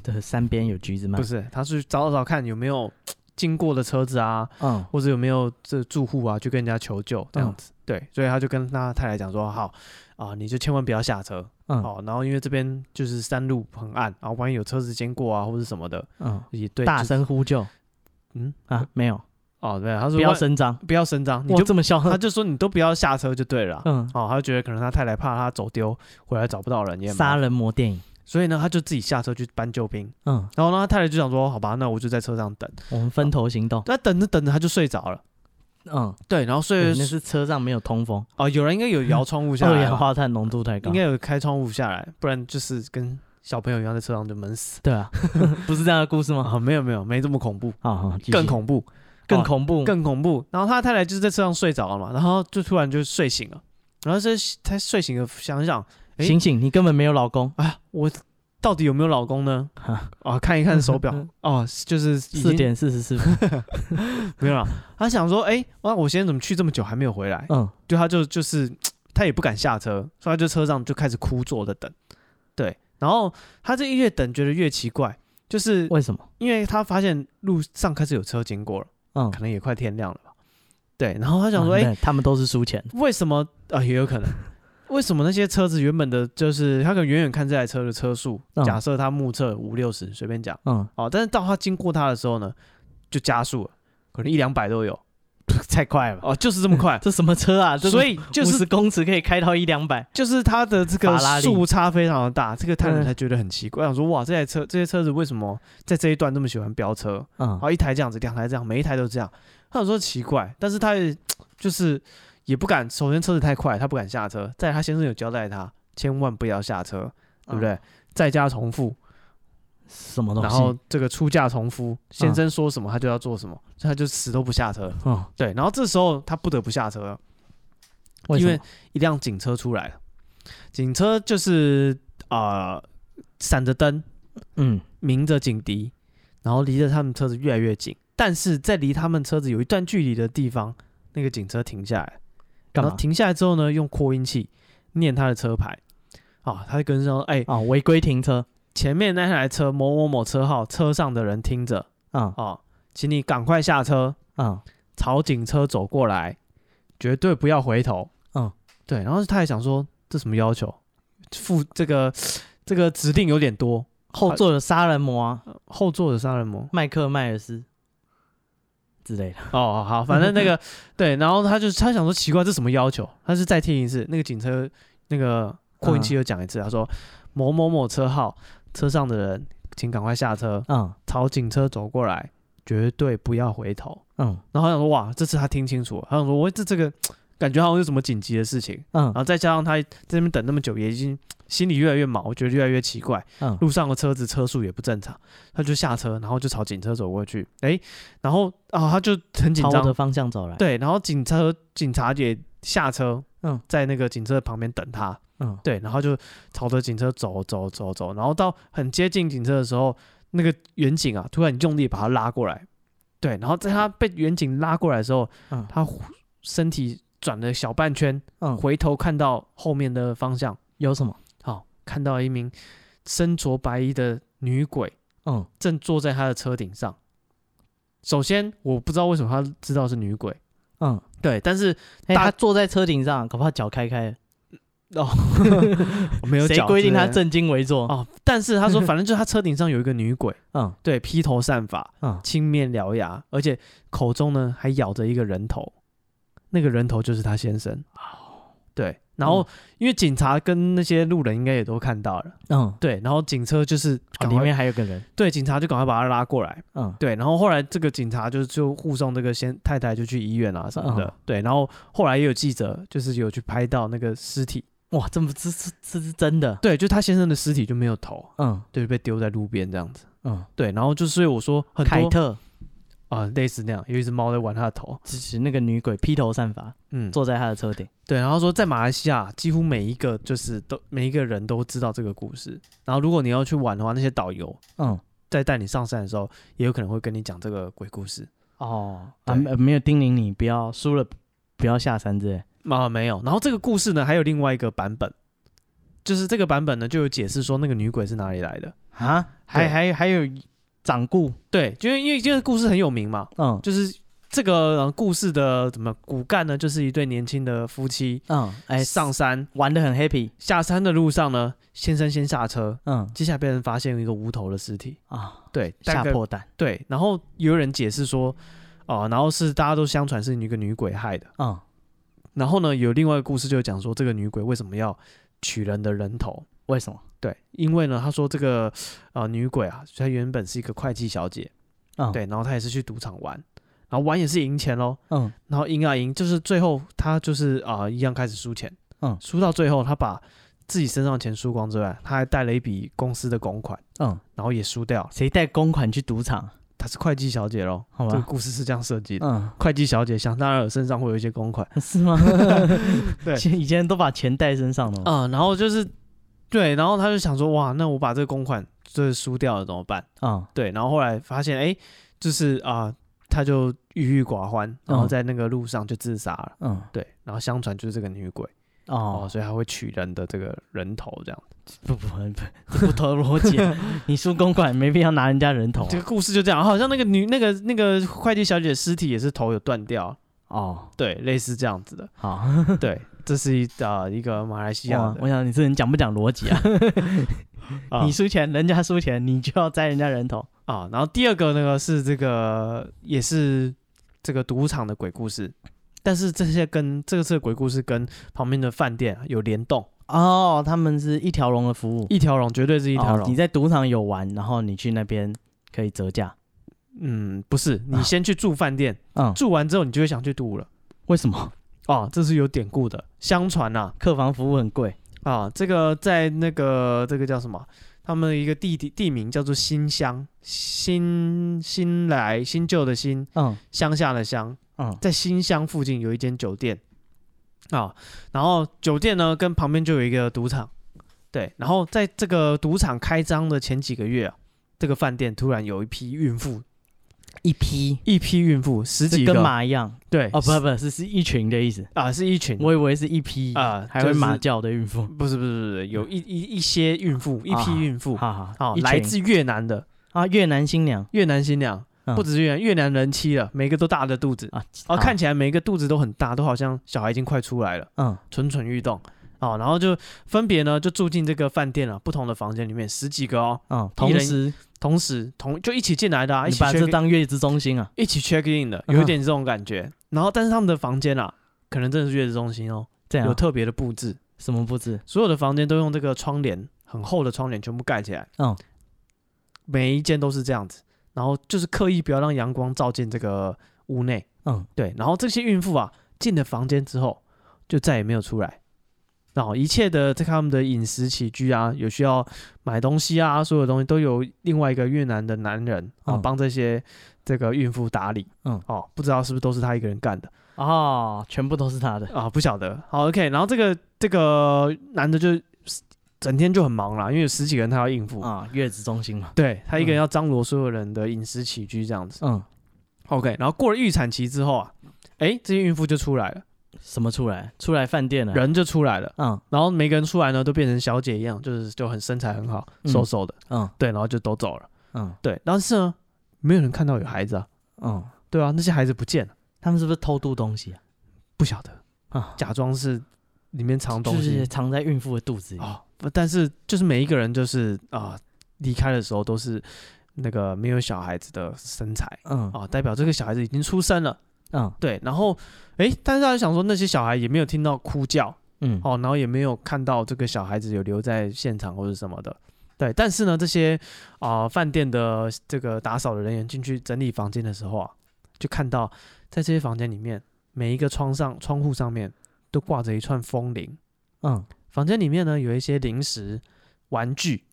Speaker 2: 对，山边有橘子吗
Speaker 1: 不？是，他是找找看有没有经过的车子啊，
Speaker 2: 嗯，
Speaker 1: 或者有没有这住户啊，去跟人家求救这样子。对，所以他就跟他太太讲说，好啊，你就千万不要下车
Speaker 2: 嗯，
Speaker 1: 哦。然后因为这边就是山路很暗，然后万一有车子经过啊，或者什么的，
Speaker 2: 嗯，
Speaker 1: 也对，就
Speaker 2: 大声呼救
Speaker 1: 嗯
Speaker 2: 啊，没有，
Speaker 1: 哦，对，他说
Speaker 2: 不要
Speaker 1: 万
Speaker 2: 声张，
Speaker 1: 不要声张，你
Speaker 2: 哇，
Speaker 1: 就
Speaker 2: 这么嚣
Speaker 1: 他就说你都不要下车就对了啊。
Speaker 2: 嗯，
Speaker 1: 哦，他就觉得可能他太太怕他走丢，回来找不到人也很麻
Speaker 2: 杀
Speaker 1: 烦
Speaker 2: 人魔电影，
Speaker 1: 所以呢，他就自己下车去搬救兵。
Speaker 2: 嗯，
Speaker 1: 然后呢，他太太就想说，好吧，那我就在车上等。
Speaker 2: 我们分头行动，
Speaker 1: 那等着等着，他就睡着了。
Speaker 2: 嗯，
Speaker 1: 对，然后睡
Speaker 2: 对，那是车上没有通风，
Speaker 1: 哦，有人应该有 摇窗户下
Speaker 2: 二
Speaker 1: 来
Speaker 2: 氧
Speaker 1: 吧，
Speaker 2: 化碳浓度太高
Speaker 1: 应，该有开窗户下来，不然就是跟小朋友一样在车上就闷 死。
Speaker 2: 对啊，不是这样的故事吗？
Speaker 1: 啊，没有没有，没这么恐怖，
Speaker 2: 啊，好继续哦
Speaker 1: 更恐怖，
Speaker 2: 更恐怖，
Speaker 1: 更恐怖。然后他太太就是在车上睡着了嘛，然后就突然就睡醒了，然后这他睡醒了，想想，诶
Speaker 2: 醒醒，你根本没有老公，
Speaker 1: 哎呀，我到底有没有老公呢？
Speaker 2: 哈嗯
Speaker 1: 啊，看一看手表，哦，就是已
Speaker 2: 四
Speaker 1: 经
Speaker 2: 点四十四 分，
Speaker 1: 没有了。他想说，哎、哇，我今天怎么去这么久还没有回来？
Speaker 2: 嗯，
Speaker 1: 对，他就就是他也不敢下车，所以他就车上就开始哭坐着等。对，然后他这一越等觉得越奇怪，就是
Speaker 2: 为什么？
Speaker 1: 因为他发现路上开始有车经过了，
Speaker 2: 嗯
Speaker 1: 可，能也快天亮了吧。对，然后他想说，哎、
Speaker 2: 啊对他们都是输钱，
Speaker 1: 为什么啊、也有可 能，为什么那些车子原本的就是他可能远远看这台车的车速，
Speaker 2: 嗯
Speaker 1: 假设他目测五六十，随便讲
Speaker 2: 嗯，
Speaker 1: 哦，但是到他经过他的时候呢，就加速了，可能一两百都有
Speaker 2: 太快了吧，
Speaker 1: 哦，就是这么快
Speaker 2: 。这什么车啊？
Speaker 1: 所以就
Speaker 2: 五
Speaker 1: 是
Speaker 2: 十公尺可以开到一两百，
Speaker 1: 就是它的这
Speaker 2: 法
Speaker 1: 个
Speaker 2: 拉利
Speaker 1: 速差非常的大，这个太太
Speaker 2: 嗯
Speaker 1: 才觉得很奇怪，想说哇，这台车这些车子为什么在这一段那么喜欢飙车？
Speaker 2: 嗯
Speaker 1: 然，后一台这样子，两台这样，每一台都这样。他想说奇怪，但是他也就是也不敢，首先车子太快，他不敢下车。再来他先生有交代他，千万不要下车，对不对？
Speaker 2: 嗯
Speaker 1: 在家从父，
Speaker 2: 啊什么东西？
Speaker 1: 然后这个出嫁从
Speaker 2: 嗯
Speaker 1: 夫，先生说什么他就要做什么，所以他就死都不下车。
Speaker 2: 嗯，
Speaker 1: 对，然后这时候他不得不下车了，
Speaker 2: 什
Speaker 1: 因
Speaker 2: 么
Speaker 1: 为一辆警车出来了，警车就是啊闪着灯，
Speaker 2: 嗯
Speaker 1: 鸣着警笛，然后离着他们车子越来越近，但是在离他们车子有一段距离的地方，那个警车停下来，
Speaker 2: 干
Speaker 1: 然
Speaker 2: 嘛
Speaker 1: 后停下来之后呢，用扩音器念他的车牌，啊，他就跟上说，哎、
Speaker 2: 啊违规停车
Speaker 1: 前面那台车某某某车号，车上的人听着
Speaker 2: 啊
Speaker 1: 啊，请你赶快下车，
Speaker 2: 啊
Speaker 1: 朝警车走过来，绝对不要回头。
Speaker 2: 嗯，
Speaker 1: 对。然后他也想说，这什么要求？负这个这个指定有点多。
Speaker 2: 后座有杀人魔啊，
Speaker 1: 后座的杀人魔。
Speaker 2: 麦克迈尔斯之类的，
Speaker 1: 哦，好，反正那个 对，然后他就他想说奇怪，这什么要求？他是再听一次，那个警车那个扩音器又讲一次，他说某某某车号，车上的人请赶快下车，
Speaker 2: 嗯
Speaker 1: 朝警车走过来，绝对不要回头。
Speaker 2: 嗯
Speaker 1: 然后他想说哇，这次他听清楚了，他想说我这这个感觉好像有什么紧急的事情。然
Speaker 2: 嗯
Speaker 1: 后再加上他在那边等那么久，也已经心里越来越毛，觉得越来越奇怪。
Speaker 2: 嗯
Speaker 1: 路上的车子车速也不正常，他就下车，然后就朝警车走过去。诶，然后啊，他就很紧
Speaker 2: 朝我
Speaker 1: 张
Speaker 2: 的，方向走来，，
Speaker 1: 对，然后警车警察也下车，
Speaker 2: 嗯
Speaker 1: 在那个警车旁边等他。
Speaker 2: 嗯
Speaker 1: 对，然后就朝着警车走走走走，然后到很接近警车的时候，那个远警啊，突然用力把他拉过来。对，然后在他被远警拉过来的时候，
Speaker 2: 嗯
Speaker 1: 他忽身体转了小半圈，
Speaker 2: 嗯
Speaker 1: 回头看到后面的方向，
Speaker 2: 有什么？
Speaker 1: 好、看到一名身着白衣的女鬼
Speaker 2: 嗯
Speaker 1: 正坐在他的车顶上。首先，我不知道为什么他知道是女鬼，
Speaker 2: 嗯，
Speaker 1: 对，但是
Speaker 2: 哎，
Speaker 1: 大
Speaker 2: 他坐在车顶上，搞不好脚开开了，
Speaker 1: 没有
Speaker 2: 谁
Speaker 1: 脚
Speaker 2: 规定
Speaker 1: 之类
Speaker 2: 他
Speaker 1: 的
Speaker 2: 正襟危坐？
Speaker 1: 哦？但是他说，反正就是他车顶上有一个女鬼，
Speaker 2: 嗯
Speaker 1: 对，披头散发，
Speaker 2: 嗯，
Speaker 1: 青面獠牙，而
Speaker 2: 哦
Speaker 1: 且口中呢还咬着一个人头，那个人头就是他先生。对，然后、因为警察跟那些路人应该也都看到了，
Speaker 2: 嗯，
Speaker 1: 对，然后警车就是
Speaker 2: 哦
Speaker 1: 赶
Speaker 2: 里
Speaker 1: 快、
Speaker 2: 面还有个人，
Speaker 1: 对警察就赶快把他拉过来，
Speaker 2: 嗯，
Speaker 1: 对，然后后来这个警察就就护送这个先太太就去医院啊什么的，
Speaker 2: 嗯
Speaker 1: 对，然后后来也有记者就是有去拍到那个尸体，
Speaker 2: 哇，这么这这这是真的，
Speaker 1: 对，就他先生的尸体就没有头，
Speaker 2: 嗯
Speaker 1: 对，被丢在路边这样子，
Speaker 2: 嗯，
Speaker 1: 对，然后就所以我说很
Speaker 2: 凯
Speaker 1: 多
Speaker 2: 特
Speaker 1: 啊、类似那样，有一只猫在玩他的头，
Speaker 2: 支持那个女鬼披头散发，
Speaker 1: 嗯，
Speaker 2: 坐在他的车顶，
Speaker 1: 对，然后说在马来西亚几乎每一个就是都每一个人都知道这个故事，然后如果你要去玩的话，那些导游
Speaker 2: 嗯，
Speaker 1: 在带你上山的时候，也有可能会跟你讲这个鬼故事。
Speaker 2: 哦，
Speaker 1: 对
Speaker 2: 啊没没有叮咛你不要输了不要下欸山之类，
Speaker 1: 啊，没有。然后这个故事呢，还有另外一个版本，就是这个版本呢，就有解释说那个女鬼是哪里来的。
Speaker 2: 啊，还
Speaker 1: 对
Speaker 2: 还还有掌故，
Speaker 1: 对，就因为因为这个故事很有名嘛，
Speaker 2: 嗯
Speaker 1: 就是这个、呃故事的怎么骨干呢，就是一对年轻的夫妻，
Speaker 2: 嗯，哎
Speaker 1: 哎，上山
Speaker 2: 玩的很 happy，
Speaker 1: 下山的路上呢，先生先下车，
Speaker 2: 嗯
Speaker 1: 接下来被人发现一个无头的尸体，
Speaker 2: 啊，
Speaker 1: 对，
Speaker 2: 吓
Speaker 1: 大概
Speaker 2: 破胆，
Speaker 1: 对，然后有人解释说，哦、然后是大家都相传是一个女鬼害的。
Speaker 2: 嗯
Speaker 1: 然后呢，有另外一个故事就讲说，这个女鬼为什么要取人的人头？
Speaker 2: 为什么？
Speaker 1: 对，因为呢，她说这个呃女鬼啊，她原本是一个会计小姐，
Speaker 2: 嗯，，
Speaker 1: 对，然后她也是去赌场玩，然后玩也是赢钱喽，
Speaker 2: 嗯
Speaker 1: 然后赢啊赢，就是最后她就是啊、一样开始输钱，
Speaker 2: 嗯
Speaker 1: 输到最后她把自己身上的钱输光之外，她还带了一笔公司的公款，
Speaker 2: 嗯，
Speaker 1: 然后也输掉，
Speaker 2: 谁带公款去赌场？
Speaker 1: 她是会计小姐喽，
Speaker 2: 好
Speaker 1: 这个
Speaker 2: 吧，
Speaker 1: 故事是这样设计的。
Speaker 2: 嗯，
Speaker 1: 会计小姐想当然尔身上会有一些公款，
Speaker 2: 是吗？
Speaker 1: 对
Speaker 2: 现以前都把钱带身上了吗。
Speaker 1: 嗯，然后就是对，然后她就想说，哇，那我把这个公款就是输掉了怎么办？
Speaker 2: 嗯
Speaker 1: 对，然后后来发现，哎、就是啊、他就郁郁寡欢，然后在那个路上就自杀了。
Speaker 2: 嗯
Speaker 1: 对，然后相传就是这个女鬼哦
Speaker 2: 哦，
Speaker 1: 所以他会取人的这个人头这样。
Speaker 2: 不不不，这不合逻 辑。你输公款没必要拿人家人头啊
Speaker 1: 这个故事就这样，好像那个女那个那个会计小姐的尸体也是头有断掉，
Speaker 2: 哦。
Speaker 1: 对，类似这样子 的。
Speaker 2: 好，
Speaker 1: 对，这是一啊、一个马来西亚
Speaker 2: 哇
Speaker 1: 的
Speaker 2: 我想你这人讲不讲逻辑啊？
Speaker 1: 啊
Speaker 2: 你输钱，人家输钱，你就要摘人家人头。
Speaker 1: 啊，然后第二个那个是这个也是这个赌场的鬼故事，但是这些跟这个是鬼故事跟旁边的饭店有联动，
Speaker 2: 哦，他们是一条龙的服务，
Speaker 1: 一条龙绝对是一条
Speaker 2: 哦
Speaker 1: 龙。
Speaker 2: 你在赌场有玩，然后你去那边可以折价。
Speaker 1: 嗯，不
Speaker 2: 啊
Speaker 1: 是，你先去住饭店，
Speaker 2: 嗯，
Speaker 1: 住完之后你就会想去赌了。
Speaker 2: 为什么
Speaker 1: 哦，这是有典故的。相传啊呐、
Speaker 2: 客房服务很贵？
Speaker 1: 啊，这个在那个这个叫什么？他们一个地地地名叫做新乡，新新来新旧的新，
Speaker 2: 嗯
Speaker 1: 乡下的乡，
Speaker 2: 嗯
Speaker 1: 在新乡附近有一间酒店啊，然后酒店呢跟旁边就有一个赌场，对，然后在这个赌场开张的前几个月啊，这个饭店突然有一批孕妇，
Speaker 2: 一批，
Speaker 1: 一批孕妇十几
Speaker 2: 这
Speaker 1: 个
Speaker 2: 跟马一样。
Speaker 1: 对，
Speaker 2: 哦，不不是，是一群的意思。
Speaker 1: 啊，是一群
Speaker 2: 我以为是一批，
Speaker 1: 啊，
Speaker 2: 还会
Speaker 1: 就是
Speaker 2: 马叫的孕妇。
Speaker 1: 不是不是不是，有一一一些孕妇，一批
Speaker 2: 啊
Speaker 1: 孕妇，
Speaker 2: 好好
Speaker 1: 好
Speaker 2: 一群
Speaker 1: 来自越南的
Speaker 2: 啊越南新娘
Speaker 1: 越南新娘，
Speaker 2: 嗯
Speaker 1: 不止越南越南人妻了，每个都大着肚子，
Speaker 2: 啊，
Speaker 1: 哦，
Speaker 2: 好
Speaker 1: 看起来每个肚子都很大，都好像小孩已经快出来了，
Speaker 2: 嗯
Speaker 1: 蠢蠢欲动。哦，然后就分别呢，就住进这个饭店啊，不同的房间里面十几个哦，
Speaker 2: 嗯，
Speaker 1: 一
Speaker 2: 同
Speaker 1: 人
Speaker 2: 时
Speaker 1: 同时同就一起进来的啊，一
Speaker 2: 你
Speaker 1: 起
Speaker 2: 把这
Speaker 1: check
Speaker 2: 当月子中心啊，
Speaker 1: 一起 check in 的，
Speaker 2: 嗯
Speaker 1: 有一点这种感觉。然后，但是他们的房间啊，可能真的是月子中心哦，
Speaker 2: 这样啊
Speaker 1: 有特别的布置，
Speaker 2: 什么布置？
Speaker 1: 所有的房间都用这个窗帘，很厚的窗帘全部盖起来。
Speaker 2: 嗯，
Speaker 1: 每一间都是这样子，然后就是刻意不要让阳光照进这个屋内。
Speaker 2: 嗯，
Speaker 1: 对，然后这些孕妇啊进了房间之后，就再也没有出来。然后一切的这个他们的饮食起居啊，有需要买东西啊，所有东西都有另外一个越南的男人啊
Speaker 2: 嗯
Speaker 1: 帮这些这个孕妇打理。
Speaker 2: 嗯，
Speaker 1: 哦，不知道是不是都是他一个人干的。
Speaker 2: 哦，全部都是他的。
Speaker 1: 啊，不晓得。好，OK，然后这个这个男的就整天就很忙啦，因为有十几个人他要应付，
Speaker 2: 啊，嗯月子中心嘛，
Speaker 1: 对他一个人要张罗所有人的饮食起居这样子。
Speaker 2: 嗯，
Speaker 1: OK，然后过了预产期之后啊，哎，这些孕妇就出来了，
Speaker 2: 什么出来？出来饭店了，，啊
Speaker 1: 人就出来了，
Speaker 2: 嗯
Speaker 1: 然后每个人出来呢都变成小姐一样，就是就很身材很好，
Speaker 2: 嗯
Speaker 1: 瘦瘦的，
Speaker 2: 嗯
Speaker 1: 对，然后就都走了，
Speaker 2: 嗯
Speaker 1: 对，但是呢，没有人看到有孩子啊，
Speaker 2: 嗯，
Speaker 1: 对啊，那些孩子不见了，
Speaker 2: 他们是不是偷渡东西啊？
Speaker 1: 不晓得，
Speaker 2: 啊，
Speaker 1: 假装是里面藏东
Speaker 2: 就
Speaker 1: 西，
Speaker 2: 是藏在孕妇的肚子里。
Speaker 1: 哦，不但是就是每一个人就是啊，离、开的时候都是那个没有小孩子的身材
Speaker 2: 嗯
Speaker 1: 啊、代表这个小孩子已经出生了。
Speaker 2: 嗯
Speaker 1: 对，然后诶，但是大家想说那些小孩也没有听到哭叫，
Speaker 2: 嗯，
Speaker 1: 哦，然后也没有看到这个小孩子有留在现场或者什么的。对，但是呢，这些啊、呃饭店的这个打扫的人员进去整理房间的时候啊，就看到在这些房间里面，每一个窗上窗户上面都挂着一串风铃。
Speaker 2: 嗯，
Speaker 1: 房间里面呢有一些零食、玩具，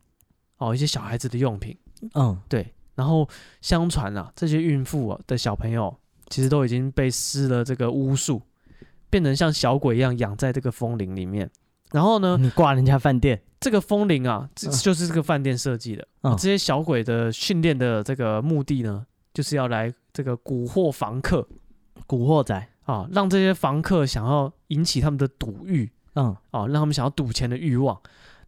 Speaker 1: 哦，一些小孩子的用品。
Speaker 2: 嗯，
Speaker 1: 对，然后相传啊，这些孕妇啊的小朋友其实都已经被施了这个巫术，变成像小鬼一样养在这个风铃里面。然后呢，
Speaker 2: 你挂人家饭店，
Speaker 1: 这个风铃啊，这
Speaker 2: 嗯
Speaker 1: 就是这个饭店设计的。啊
Speaker 2: 嗯
Speaker 1: 这些小鬼的训练的这个目的呢，就是要来这个蛊惑房客
Speaker 2: 古惑仔，
Speaker 1: 啊，让这些房客想要引起他们的赌欲
Speaker 2: 嗯，
Speaker 1: 啊，让他们想要赌钱的欲望。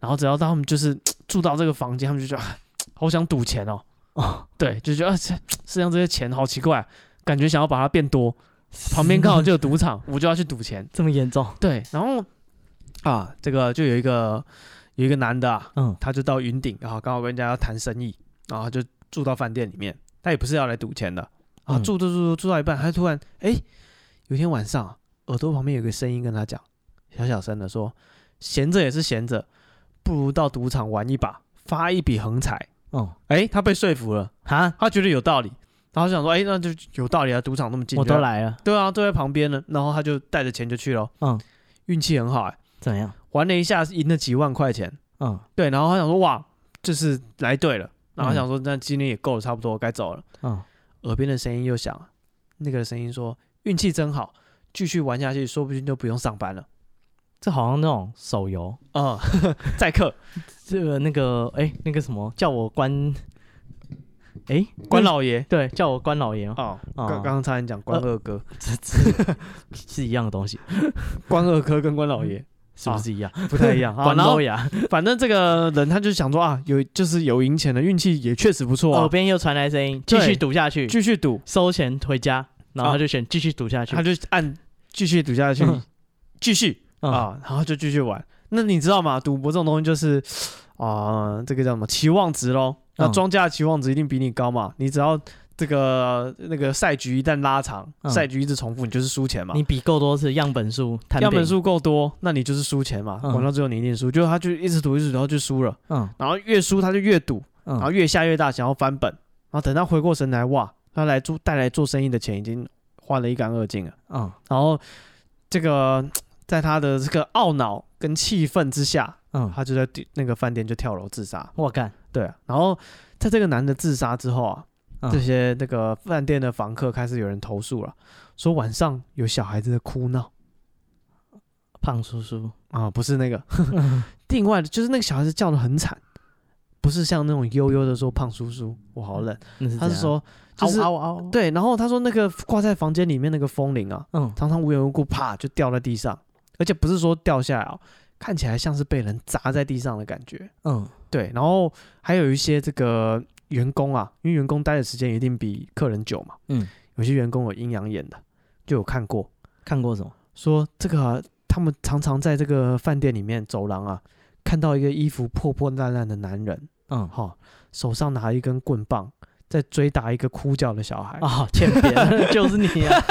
Speaker 1: 然后只要当他们就是住到这个房间，他们就觉得啊好想赌钱哦，
Speaker 2: 哦，
Speaker 1: 对，就觉得啊，这世上这些钱好奇怪，感觉想要把它变多。旁边刚好就有赌场，我就要去赌钱。
Speaker 2: 这么严重，
Speaker 1: 对，然后啊，这个就有一个有一个男的啊，
Speaker 2: 嗯
Speaker 1: 他就到云顶，然后刚好跟人家要谈生意，然后就住到饭店里面。他也不是要来赌钱的啊，
Speaker 2: 嗯
Speaker 1: 住住住住到一半，他突然哎、有一天晚上啊、耳朵旁边有个声音跟他讲，小小声的说：“闲着也是闲着，不如到赌场玩一把，发一笔横财。
Speaker 2: 嗯，”
Speaker 1: 哎，他被说服了。
Speaker 2: 哈，
Speaker 1: 他觉得有道理，然后想说，哎、那就有道理啊，赌场那么近，
Speaker 2: 我都，来了，
Speaker 1: 对啊，都在旁边呢，然后他就带着钱就去了，
Speaker 2: 嗯，
Speaker 1: 运气很好、哎，
Speaker 2: 怎样？
Speaker 1: 玩了一下赢了几万块钱，
Speaker 2: 嗯
Speaker 1: 对，然后他想说，哇，就是来对了，然后他想说，那今天也够了，差不多该走了，
Speaker 2: 嗯，
Speaker 1: 耳边的声音又响了，那个声音说，运气真好，继续玩下去，说不定就不用上班了，
Speaker 2: 这好像那种手游，
Speaker 1: 嗯， 再刻
Speaker 2: 这个那个，哎，那个什么，叫我关，哎，
Speaker 1: 关，老爷。
Speaker 2: 对，叫我关老爷吗，
Speaker 1: 哦，
Speaker 2: 哦呃
Speaker 1: 刚刚刚差点讲关二哥，
Speaker 2: 这这是一样的东西，
Speaker 1: 关二哥跟关老爷
Speaker 2: 是不是一样？
Speaker 1: 啊不太一 样。好
Speaker 2: 关
Speaker 1: 然后
Speaker 2: 老爷，啊
Speaker 1: 反正这个人他就想说啊，有就是有赢钱的运气也确实不错
Speaker 2: 耳
Speaker 1: 啊，
Speaker 2: 边又传来声音，继
Speaker 1: 对
Speaker 2: 续赌下去，
Speaker 1: 继续赌，
Speaker 2: 收钱回家，然后
Speaker 1: 啊
Speaker 2: 他就选继续赌下去
Speaker 1: 他，就按继续赌下去
Speaker 2: 嗯，
Speaker 1: 继续
Speaker 2: 嗯，
Speaker 1: 啊，然后就继续玩。那你知道吗？赌博这种东西就是啊、这个叫什么期望值咯。那
Speaker 2: 嗯
Speaker 1: 庄家的期望值一定比你高嘛，你只要这个那个赛局一旦拉长，
Speaker 2: 嗯
Speaker 1: 赛局一直重复，你就是输钱嘛。
Speaker 2: 你比够多次样本数，摊
Speaker 1: 样本
Speaker 2: 饼，
Speaker 1: 数够多，那你就是输钱嘛。
Speaker 2: 嗯
Speaker 1: 玩到最后你一定输，就是他就一直赌一直赌，然后就输了，
Speaker 2: 嗯
Speaker 1: 然后越输他就越赌，然后
Speaker 2: 嗯，
Speaker 1: 越下越大，想要翻本，然后等他回过神来，哇，他来做带来做生意的钱已经花了一干二净了。
Speaker 2: 嗯
Speaker 1: 然后这个在他的这个懊恼跟气愤之下，
Speaker 2: 嗯，
Speaker 1: 他就在地那个饭店就跳楼自杀。
Speaker 2: 我干，
Speaker 1: 对、啊，然后在这个男的自杀之后啊，
Speaker 2: 嗯
Speaker 1: 这些那个饭店的房客开始有人投诉了，说晚上有小孩子的哭闹
Speaker 2: 胖叔叔，
Speaker 1: 啊，不是那个， 另外的就是那个小孩子叫的很惨。不是像那种悠悠的说胖叔叔，我好冷。
Speaker 2: 那嗯是
Speaker 1: 他是
Speaker 2: 怎样，啊
Speaker 1: 说，就是
Speaker 2: 嗷嗷嗷，，
Speaker 1: 对，然后他说那个挂在房间里面那个风铃啊，
Speaker 2: 嗯
Speaker 1: 常常无缘无故啪就掉在地上，而且不是说掉下来哦，看起来像是被人砸在地上的感觉。
Speaker 2: 嗯
Speaker 1: 对，然后还有一些这个员工啊，因为员工待的时间一定比客人久嘛，
Speaker 2: 嗯，
Speaker 1: 有些员工有阴阳眼的，就有看过
Speaker 2: 看过什么？
Speaker 1: 说这个啊、他们常常在这个饭店里面走廊啊，看到一个衣服破破烂烂的男人，
Speaker 2: 嗯
Speaker 1: 哈、手上拿一根棍棒，在追打一个哭叫的小孩。
Speaker 2: 啊，欠扁 就是你啊，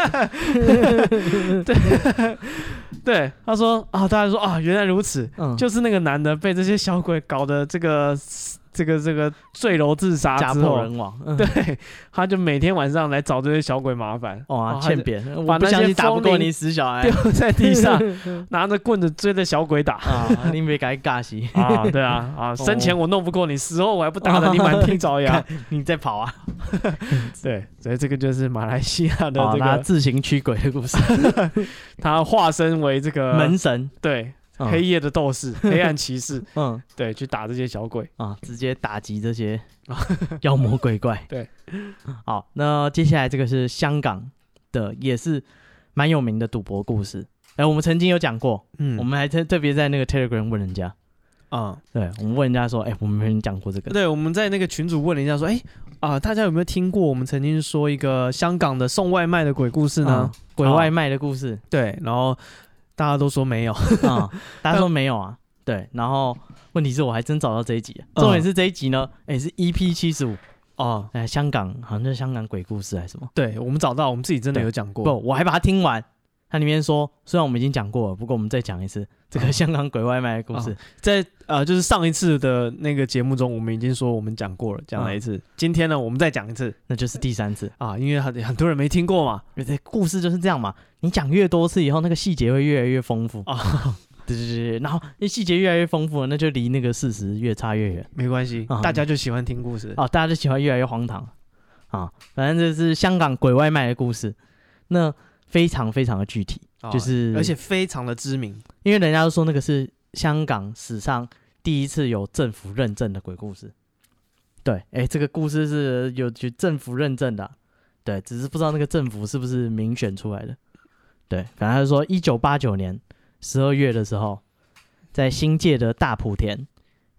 Speaker 1: 对，他说啊，大家说啊，原来如此，
Speaker 2: 嗯，
Speaker 1: 就是那个男的被这些小鬼搞得这个这个这个坠楼自杀
Speaker 2: 家
Speaker 1: 之
Speaker 2: 破
Speaker 1: 后，
Speaker 2: 人亡，嗯，
Speaker 1: 对，他就每天晚上来找这些小鬼麻烦，
Speaker 2: 哇，
Speaker 1: 哦他
Speaker 2: 欠
Speaker 1: 就
Speaker 2: 扁，我
Speaker 1: 把
Speaker 2: 不
Speaker 1: 那
Speaker 2: 相
Speaker 1: 些
Speaker 2: 信打不
Speaker 1: 风
Speaker 2: 过
Speaker 1: 铃
Speaker 2: 你死小孩
Speaker 1: 掉在地上，拿着棍子追着小鬼打。
Speaker 2: 啊，你别该尬死，
Speaker 1: 啊， 对啊，
Speaker 2: 哦
Speaker 1: 啊，生前我弄不过你，死后我还不打得你满地找 牙。
Speaker 2: 你在跑 啊，
Speaker 1: 对，所以这个就是马来西亚的
Speaker 2: 好，
Speaker 1: 这
Speaker 2: 他
Speaker 1: 个，
Speaker 2: 哦自行驱鬼 的故事，
Speaker 1: 他化身为这个
Speaker 2: 门神，
Speaker 1: 对
Speaker 2: 嗯
Speaker 1: 啊黑夜的斗士、黑暗骑士，
Speaker 2: 嗯
Speaker 1: 对，去打这些小鬼。
Speaker 2: 啊，直接打击这些 妖魔鬼怪。
Speaker 1: 哦 对，
Speaker 2: 好，那接下来这个是香港的，也是蛮有名的赌博故事。哎、我们曾经有讲过，
Speaker 1: 嗯
Speaker 2: 我们还特特别在那个 Telegram 问人家，
Speaker 1: 啊，
Speaker 2: 对我们问人家说，哎、我们没人讲过这个，
Speaker 1: 对，我们在那个群主问了一下，说，哎、啊、大家有没有听过我们曾经说一个香港的送外卖的鬼故事呢
Speaker 2: 嗯？鬼
Speaker 1: 哦
Speaker 2: 外卖的故事
Speaker 1: 对，然后大家都说没 有。
Speaker 2: 啊、大家说没有啊？对，然后问题是我还真找到这一集，啊
Speaker 1: 嗯
Speaker 2: 重点是这一集呢，哎、是 EP 七十五，
Speaker 1: 哦，
Speaker 2: 哎，香港好像是香港鬼故事还是什么？
Speaker 1: 嗯对，我们找到，我们自己真的有讲过。
Speaker 2: 不，我还把它听完，它里面说，虽然我们已经讲过了，不过我们再讲一次这个香港鬼外卖的故事。
Speaker 1: 在呃，就是上一次的那个节目中，我们已经说我们讲过了，
Speaker 2: 嗯
Speaker 1: 讲了一次。今天呢，我们再讲一次
Speaker 2: 那就是第三次，
Speaker 1: 啊，因为很很多人没听过嘛。
Speaker 2: 因为这故事就是这样嘛。你讲越多次以后，那个细节会越来越丰富。
Speaker 1: 啊，
Speaker 2: 对对对对，然后那细节越来越丰富了，那就离那个事实越差越远。
Speaker 1: 没关系，
Speaker 2: 啊
Speaker 1: 大家就喜欢听故事。
Speaker 2: 哦，大家就喜欢越来越荒唐啊。反正这是香港鬼外卖的故事，那非常非常的具体，
Speaker 1: 啊
Speaker 2: 就是
Speaker 1: 而且非常的知名
Speaker 2: 因为人家都说那个是香港史上第一次有政府认证的鬼故事。对，哎，这个故事是有有政府认证的啊、对，只是不知道那个政府是不是民选出来的。对，反正他就说，一九八九年十二月的时候，在新界的大埔田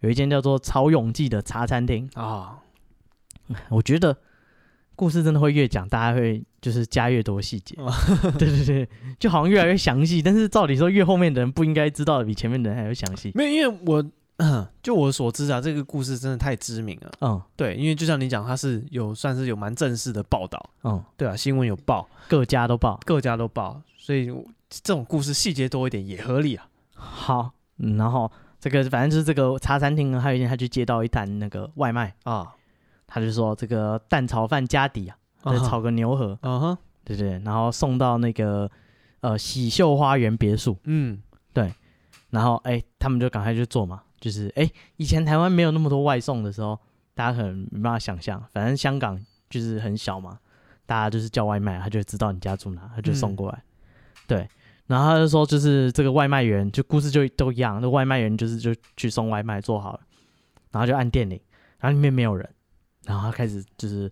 Speaker 2: 有一间叫做曹永记的茶餐厅，
Speaker 1: 啊，
Speaker 2: 我觉得故事真的会越讲，大家会就是加越多细节。 对对对，就好像越来越详细，但是照理说越后面的人不应该知道的比前面的人还要详细。
Speaker 1: 没有，因为我。嗯就我所知啊，这个故事真的太知名了。
Speaker 2: 嗯
Speaker 1: 对，因为就像你讲，它是有算是有蛮正式的报道，
Speaker 2: 嗯，
Speaker 1: 对啊，新闻有报，
Speaker 2: 各家都报
Speaker 1: 各家都报，所以我这种故事细节多一点也合理啊。
Speaker 2: 好、嗯然后这个反正就是这个茶餐厅呢，还有一天他就接到一单那个外卖，
Speaker 1: 啊，
Speaker 2: 他就说这个蛋炒饭加底啊，再
Speaker 1: 啊
Speaker 2: 炒个牛河，
Speaker 1: 啊哈，
Speaker 2: 对对，对然后送到那个呃喜秀花园别墅。
Speaker 1: 嗯，
Speaker 2: 然后哎、他们就赶快去做嘛，就是哎、以前台湾没有那么多外送的时候，大家可能没办法想象，反正香港就是很小嘛，大家就是叫外卖，他就知道你家住哪，他就送过来。对，然后他就说，就是这个外卖员，就故事就都一样，那外卖员就是就去送外卖做好了，然后就按电铃，然后里面没有人，然后他开始就是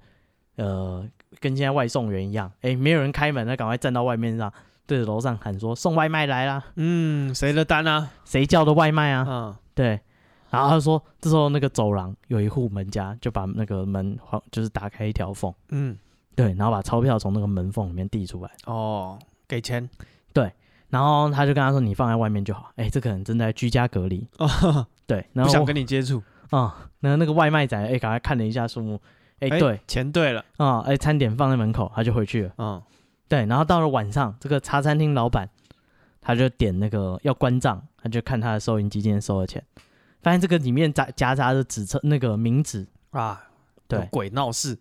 Speaker 2: 呃，跟现在外送员一样，哎、没有人开门，他赶快站到外面上，对着楼上喊说送外卖来啦，
Speaker 1: 嗯，谁的单啊？
Speaker 2: 谁叫的外卖啊？
Speaker 1: 啊，
Speaker 2: 对，然后他说，这时候那个走廊有一户门家就把那个门晃就是打开一条缝，
Speaker 1: 嗯，
Speaker 2: 对，然后把钞票从那个门缝里面递出来，
Speaker 1: 哦，给钱
Speaker 2: 然后他就跟他说：“你放在外面就好。”哎，这个人正在居家隔离，
Speaker 1: 啊，
Speaker 2: 对，哦然
Speaker 1: 不
Speaker 2: 后
Speaker 1: 想
Speaker 2: 我
Speaker 1: 跟你接触，
Speaker 2: 啊，那、那个外卖仔哎，赶快看了一下数目，哎，
Speaker 1: 哎
Speaker 2: 对
Speaker 1: 钱对了，
Speaker 2: 啊，哎，餐点放在门口，他就回去了。
Speaker 1: 嗯，
Speaker 2: 对，然后到了晚上，这个茶餐厅老板他就点那个要关账，他就看他的收银机今天收了钱，发现这个里面夹夹杂着纸册那个冥纸，
Speaker 1: 啊，
Speaker 2: 对
Speaker 1: 有，鬼闹事，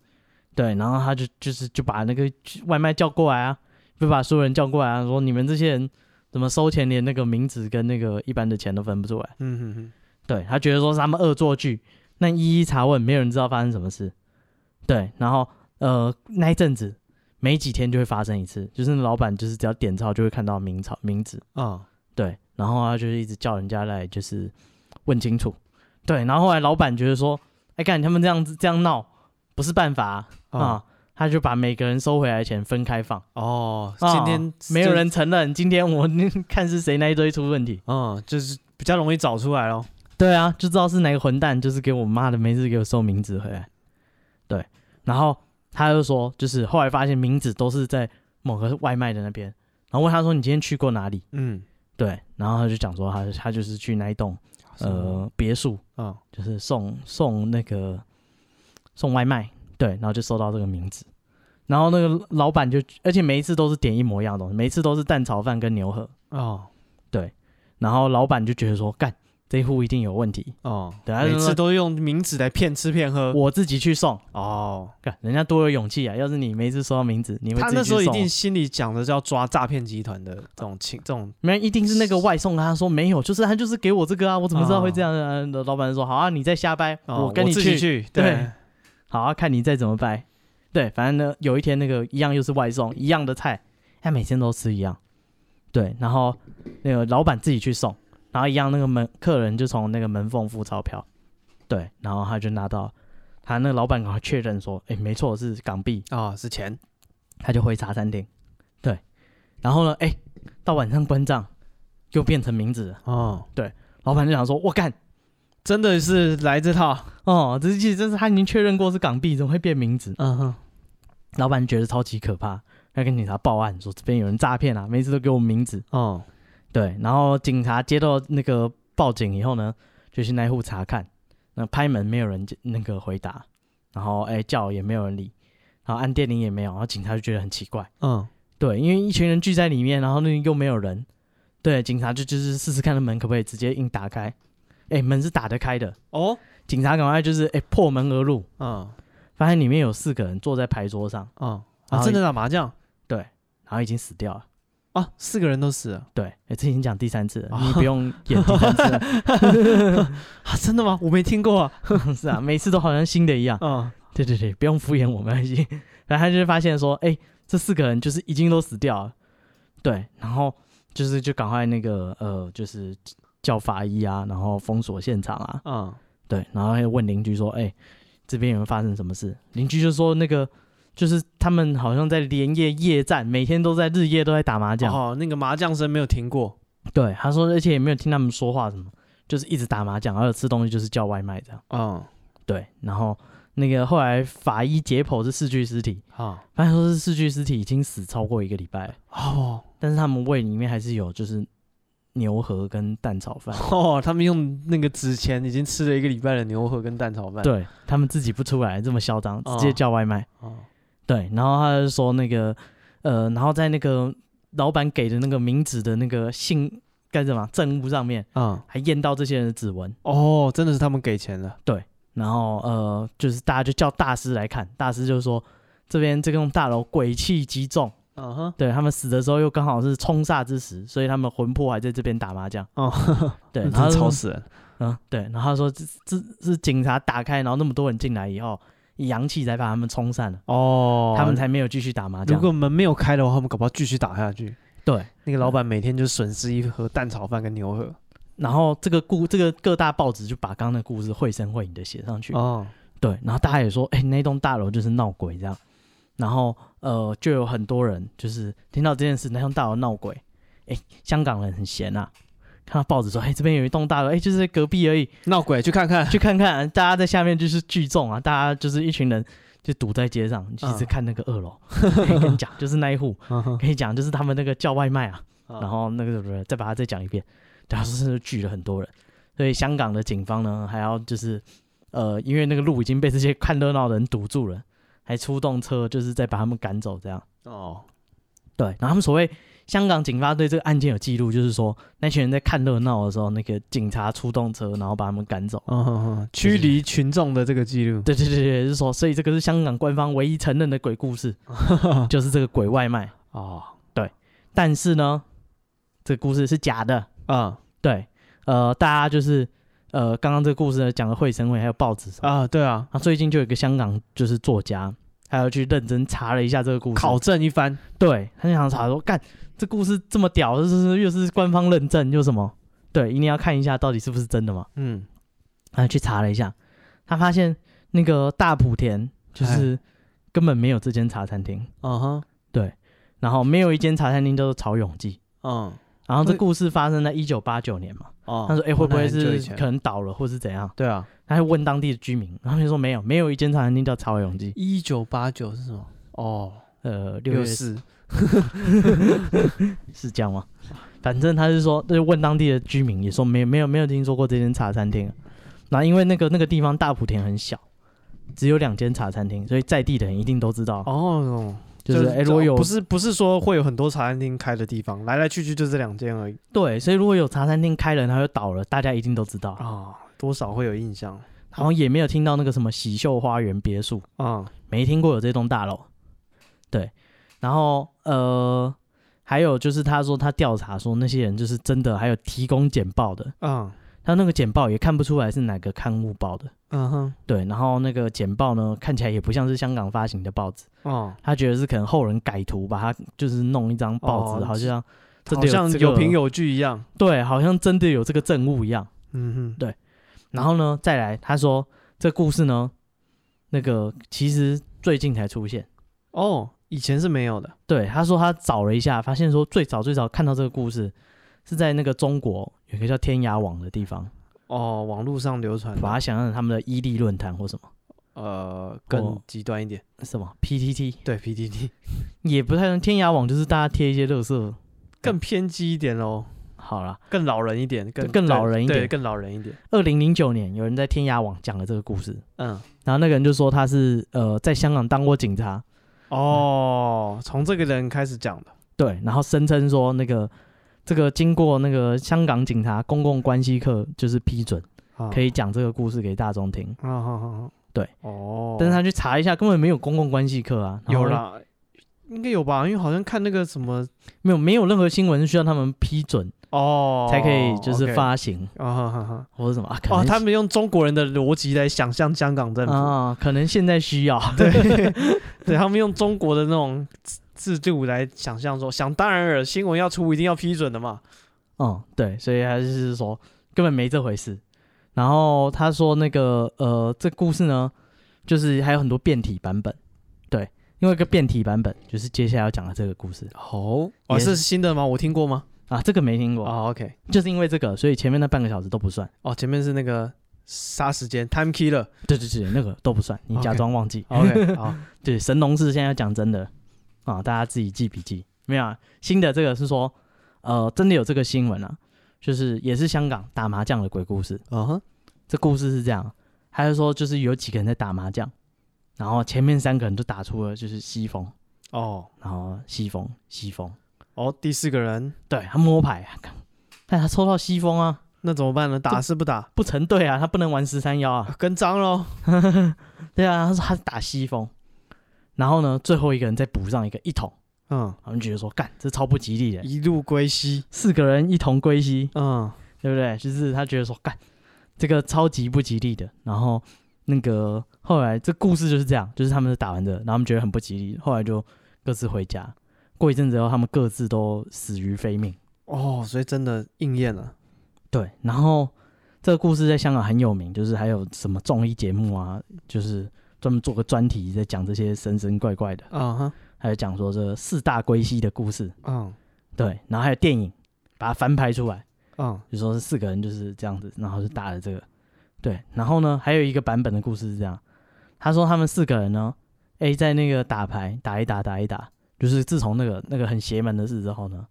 Speaker 2: 对，然后他就就是就把那个外卖叫过来啊，就把所有人叫过来啊，说你们这些人怎么收钱连那个名字跟那个一般的钱都分不出来？
Speaker 1: 嗯哼哼，
Speaker 2: 对他觉得说是他们恶作剧，那一一查问，没有人知道发生什么事。对，然后呃那一阵子没几天就会发生一次，就是那老板就是只要点钞就会看到名钞名字，
Speaker 1: 啊，
Speaker 2: 对，然后他就是一直叫人家来就是问清楚，对，然后后来老板觉得说，哎干他们这样子这样闹不是办法啊、
Speaker 1: 啊，
Speaker 2: 啊，他就把每个人收回来的钱分开放。
Speaker 1: 哦，
Speaker 2: 啊
Speaker 1: 今天
Speaker 2: 没有，人承认，今天我看是谁那一堆出问 题。
Speaker 1: 嗯，就是比较容易找出来咯。
Speaker 2: 对啊，就知道是哪个混蛋，就是给我妈的没事给我收名字回来。对，然后他就说，就是后来发现名字都是在某个外卖的那边，然后问他说你今天去过哪里？
Speaker 1: 嗯，
Speaker 2: 对，然后他就讲说他他就是去那一栋呃别墅，
Speaker 1: 啊，
Speaker 2: 就是送送那个送外卖，对，然后就收到这个名字，然后那个老板就，而且每一次都是点一模一样的东西，每一次都是蛋炒饭跟牛河，
Speaker 1: 哦，
Speaker 2: 然后老板就觉得说，干这一户一定有问题，
Speaker 1: 哦，
Speaker 2: 对啊
Speaker 1: 每
Speaker 2: 就是
Speaker 1: 次都用名字来骗吃骗喝，
Speaker 2: 我自己去送，
Speaker 1: 哦，
Speaker 2: 干人家多有勇气啊！要是你每一次收到名字，你会
Speaker 1: 他
Speaker 2: 自己
Speaker 1: 那
Speaker 2: 去
Speaker 1: 时候一
Speaker 2: 送啊
Speaker 1: 定心里想着是要抓诈骗集团的这种情，这种
Speaker 2: 没有一定是那个外送啊，他说没有，就是他就是给我这个啊，我怎么知道会这样啊？老板说好啊，你再瞎掰，
Speaker 1: 哦
Speaker 2: 跟你
Speaker 1: 自己去，对
Speaker 2: 对，好啊，看你再怎么掰。对，反正呢，有一天那个一样又是外送，一样的菜，他每天都吃一样。对，然后那个老板自己去送，然后一样那个门客人就从那个门缝付钞票。对，然后他就拿到，他那个老板赶快确认说，哎，没错是港币，
Speaker 1: 啊，是钱，
Speaker 2: 他就回茶餐厅。对，然后呢，哎，到晚上关账又变成名字了，
Speaker 1: 哦。
Speaker 2: 老板就想说，我干，
Speaker 1: 真的是来这套，
Speaker 2: 哦，这这这是他已经确认过是港币，怎么会变名字？
Speaker 1: 嗯哼，
Speaker 2: 老板觉得超级可怕，他跟警察报案说这边有人诈骗啊，每次都给我名字。
Speaker 1: 哦，
Speaker 2: 对，然后警察接到那个报警以后呢，就去那户查看，那拍门没有人接那个回答，然后哎叫也没有人理，然后按电铃也没有，然后警察就觉得很奇怪，
Speaker 1: 嗯，
Speaker 2: 对，因为一群人聚在里面，然后那又没有人，对，警察就就是试试看那门可不可以直接硬打开，哎，门是打得开的，
Speaker 1: 哦，
Speaker 2: 警察赶快就是哎破门而入，
Speaker 1: 嗯
Speaker 2: 发现里面有四个人坐在牌桌上，
Speaker 1: 嗯，
Speaker 2: 然
Speaker 1: 啊，
Speaker 2: 后
Speaker 1: 真的打麻将
Speaker 2: 然后已经死掉了。
Speaker 1: 啊，四个人都死了
Speaker 2: 对，哎，这已经讲第三次了，
Speaker 1: 哦
Speaker 2: 你不用演第 三次了
Speaker 1: 啊，真的吗？我没听过啊，
Speaker 2: 是啊，每次都好像新的一样。
Speaker 1: 嗯
Speaker 2: 对对对，不用敷衍我们，已经。然后他就发现说，哎、这四个人就是已经都死掉了，对，然后就是就赶快那个呃，就是叫法医啊，然后封锁现场啊，
Speaker 1: 嗯，
Speaker 2: 对，然后还问邻居说，哎、这边有没有发生什么事？邻居就说那个就是他们好像在连夜夜战，每天都在日夜都在打麻将，
Speaker 1: 哦，那个麻将声没有停过，
Speaker 2: 对，他说而且也没有听他们说话什么，就是一直打麻将，还有吃东西就是叫外卖这样，
Speaker 1: 嗯，
Speaker 2: 对，然后那个后来法医解剖是四具尸体。
Speaker 1: 好，
Speaker 2: 发现说是四具尸体已经死超过一个礼拜了，
Speaker 1: 哦
Speaker 2: 但是他们胃里面还是有就是牛河跟蛋炒 饭，
Speaker 1: 哦，他们用那个纸钱已经吃了一个礼拜的牛河跟蛋炒饭，，
Speaker 2: 对他们自己不出来这么嚣张，直接
Speaker 1: 哦
Speaker 2: 叫外卖。
Speaker 1: 哦，
Speaker 2: 对，然后他就说那个呃，然后在那个老板给的那个名字的那个信干什么证物上面
Speaker 1: 嗯，
Speaker 2: 还验到这些人的指纹，
Speaker 1: 哦，真的是他们给钱了，
Speaker 2: 然后呃，就是大家就叫大师来看，大师就说这边这栋大楼鬼气极重，
Speaker 1: 嗯哼，
Speaker 2: 对他们死的时候又刚好是冲煞之时，所以他们魂魄还在这边打麻将。
Speaker 1: 哦，
Speaker 2: 对，
Speaker 1: 真
Speaker 2: 然后
Speaker 1: 的
Speaker 2: 他
Speaker 1: 吵
Speaker 2: 说
Speaker 1: 死人，
Speaker 2: 嗯，对，然后他说这这是警察打开，然后那么多人进来以后，阳气才把他们冲散了，
Speaker 1: 哦，
Speaker 2: 他们才没有继续打麻
Speaker 1: 如
Speaker 2: 将。
Speaker 1: 果门没有开的话，他们搞不好继续打下去。
Speaker 2: 对，
Speaker 1: 那个老板每天就损失一盒蛋炒饭跟牛河。
Speaker 2: 然后这个故这个各大报纸就把刚刚的故事绘声绘影的写上去。
Speaker 1: 哦，
Speaker 2: 对，然后大家也说，哎、那栋大楼就是闹鬼这样，然后呃，就有很多人就是听到这件事，那栋大楼闹鬼，哎、香港人很闲啊。看到报纸说，哎、这边有一栋大楼，哎、就是在隔壁而已，
Speaker 1: 闹鬼去看 看。
Speaker 2: 去看看，大家在下面就是聚众啊，大家就是一群人就堵在街上，就一直看那个二楼。可以跟你讲，就是那一户，
Speaker 1: 嗯
Speaker 2: 可以讲就是他们那个叫外卖啊，然后那个再把它再讲一遍，然后是聚了很多人，所以香港的警方呢还要就是呃，因为那个路已经被这些看热闹的人堵住了，还出动车就是再把他们赶走这样。
Speaker 1: 哦，
Speaker 2: 对，然后他们所谓香港警方对这个案件有记录，就是说那群人在看热闹的时候，那个警察出动车，然后把他们赶走。
Speaker 1: 嗯哼哼，驱离群众的这个记录。
Speaker 2: 对对对对，就是说，所以这个是香港官方唯一承认的鬼故事，就是这个鬼外卖。
Speaker 1: 哦，
Speaker 2: 但是呢，这个故事是假的。
Speaker 1: 啊
Speaker 2: 对，呃，大家就是呃，刚刚这个故事呢讲的绘声绘，还有报纸上
Speaker 1: 啊，对啊，
Speaker 2: 啊，最近就有一个香港就是作家，还有去认真查了一下这个故事，
Speaker 1: 考证一番。
Speaker 2: 对，他就想查说，干这故事这么屌，这是又是官方认证又什么？对，一定要看一下到底是不是真的嘛。
Speaker 1: 嗯，
Speaker 2: 他去查了一下，他发现那个大埔田
Speaker 1: 哎
Speaker 2: 就是根本没有这间茶餐厅，
Speaker 1: 嗯哼，
Speaker 2: 然后没有一间茶餐厅叫做曹永记。
Speaker 1: 嗯，
Speaker 2: 然后这
Speaker 1: 会
Speaker 2: 故事发生在一九八九年嘛，
Speaker 1: 哦
Speaker 2: 他说：“哎、会不
Speaker 1: 那
Speaker 2: 会
Speaker 1: 很久以
Speaker 2: 是
Speaker 1: 前
Speaker 2: 可能倒了，或是怎样
Speaker 1: 对啊，？”
Speaker 2: 他还问当地的居民，然后他们就说没有，没有一间茶餐厅叫曹永记。
Speaker 1: 一九八九是什么？哦，
Speaker 2: 呃，六
Speaker 1: 六
Speaker 2: 月是
Speaker 1: 四。
Speaker 2: 是这样吗？反正他是说，他就问当地的居民，也说没有没有没有听说过这间茶餐厅。啊然后因为那个那个地方大埔田很小，只有两间茶餐厅，所以在地的人一定都知道，
Speaker 1: 哦，
Speaker 2: 就是哎、如果有
Speaker 1: 不是不是说会有很多茶餐厅开的地方，来来去去就这两间而已
Speaker 2: 对，所以如果有茶餐厅开了，然后又倒了，大家一定都知道。
Speaker 1: 啊，多少会有印象。
Speaker 2: 然后也没有听到那个什么喜秀花园别墅，
Speaker 1: 嗯
Speaker 2: 没听过有这栋大楼。对，然后呃，还有就是他说他调查说那些人就是真的，还有提供简报的，
Speaker 1: 嗯
Speaker 2: 他那个简报也看不出来是哪个刊物报的。
Speaker 1: 嗯哼，
Speaker 2: 对，然后那个简报呢，看起来也不像是香港发行的报纸，
Speaker 1: 哦，
Speaker 2: 他觉得是可能后人改图，把它就是弄一张报纸，
Speaker 1: 哦
Speaker 2: 好像真
Speaker 1: 好
Speaker 2: 的
Speaker 1: 像
Speaker 2: 这个
Speaker 1: 有凭有据一样。
Speaker 2: 对，好像真的有这个证物一样。
Speaker 1: 嗯哼，
Speaker 2: 然后呢，再来他说这故事呢，那个其实最近才出现。
Speaker 1: 哦，以前是没有的。
Speaker 2: 对，他说他找了一下，发现说最早最早看到这个故事是在那个中国有一个叫天涯网的地方，
Speaker 1: 哦，网络上流传的，
Speaker 2: 把它想象成他们的伊利论坛或什么
Speaker 1: 呃更
Speaker 2: 哦
Speaker 1: 极端一点，
Speaker 2: 什么 PTT，
Speaker 1: 对 PDD
Speaker 2: 也不太像天涯网，就是大家贴一些乐色。
Speaker 1: 更偏激一点喽，
Speaker 2: 好啦，
Speaker 1: 更老人一点，更
Speaker 2: 更老人一点
Speaker 1: 对，更老人一点。
Speaker 2: 二零零九年有人在天涯网讲了这个故事，
Speaker 1: 嗯，
Speaker 2: 然后那个人就说他是呃在香港当过警察，
Speaker 1: 哦，从这个人开始讲的，
Speaker 2: 对，然后声称说那个这个经过那个香港警察公共关系课就是批准，
Speaker 1: 啊
Speaker 2: 可以讲这个故事给大众听。
Speaker 1: 啊好好好，
Speaker 2: 对，
Speaker 1: 哦，
Speaker 2: 但是他去查一下，根本没有公共关系课啊，然
Speaker 1: 有
Speaker 2: 后
Speaker 1: 啦，应该有吧，因为好像看那个什么
Speaker 2: 没有没有任何新闻需要他们批准
Speaker 1: 哦，
Speaker 2: 才可以就是
Speaker 1: ，OK
Speaker 2: 发行
Speaker 1: 啊哈哈哈，
Speaker 2: 或者什么啊？可
Speaker 1: 哦，
Speaker 2: 能
Speaker 1: 他们用中国人的逻辑来想象香港政府，
Speaker 2: 啊，可能现在需要
Speaker 1: 对，对他们用中国的那种制制度来想象说，想当然尔，新闻要出一定要批准的嘛。
Speaker 2: 嗯，对，所以他就是说根本没这回事。然后他说那个呃，这故事呢，就是还有很多变体版本，对，另外一个变体版本就是接下来要讲的这个故事
Speaker 1: 哦，哦
Speaker 2: 也
Speaker 1: 是新的吗？我听过吗？
Speaker 2: 啊，这个没听过，
Speaker 1: 哦，OK，
Speaker 2: 就是因为这个，所以前面那半个小时都不算，
Speaker 1: 哦，前面是那个杀时间 time killer。
Speaker 2: 对对对，那个都不算，你假
Speaker 1: OK
Speaker 2: 装忘记。
Speaker 1: OK，好，
Speaker 2: 对，神农氏现在要讲真的啊，大家自己记笔记。没有、啊、新的这个是说，呃，真的有这个新闻啊，就是也是香港打麻将的鬼故事。
Speaker 1: 嗯哼，
Speaker 2: 这故事是这样，他就说就是有几个人在打麻将，然后前面三个人都打出了就是西风，
Speaker 1: 哦
Speaker 2: 然后西风西风，
Speaker 1: 哦，第四个人，
Speaker 2: 对他摸牌， 但他抽到西风啊，
Speaker 1: 那怎么办呢？打
Speaker 2: 这
Speaker 1: 是不打？
Speaker 2: 不成对啊，他不能玩十三幺啊，
Speaker 1: 啊跟脏喽。
Speaker 2: 对啊，他说他是打西风，然后呢，最后一个人再补上一个一桶，
Speaker 1: 嗯，
Speaker 2: 他们觉得说干这超不吉利的，
Speaker 1: 一路归西。
Speaker 2: 四个人一同归西，
Speaker 1: 嗯，
Speaker 2: 对不对？就是他觉得说，干这个超级不吉利的。然后那个后来这故事就是这样，就是他们是打完的，然后他们觉得很不吉利，后来就各自回家。过一阵子后，他们各自都死于非命。
Speaker 1: 哦，所以真的应验了。
Speaker 2: 对，然后这个故事在香港很有名，就是还有什么综艺节目啊，就是专门做个专题在讲这些神神怪怪的，
Speaker 1: 嗯哼，
Speaker 2: 还有讲说这四大归西的故事。
Speaker 1: 嗯
Speaker 2: 对，然后还有电影把它翻拍出来。
Speaker 1: 嗯，
Speaker 2: 就说是四个人就是这样子，然后就打了这个。对，然后呢，还有一个版本的故事是这样，他说他们四个人呢，A 在那个打牌打一打打一打，就是自从那个那个很邪门的事之后呢，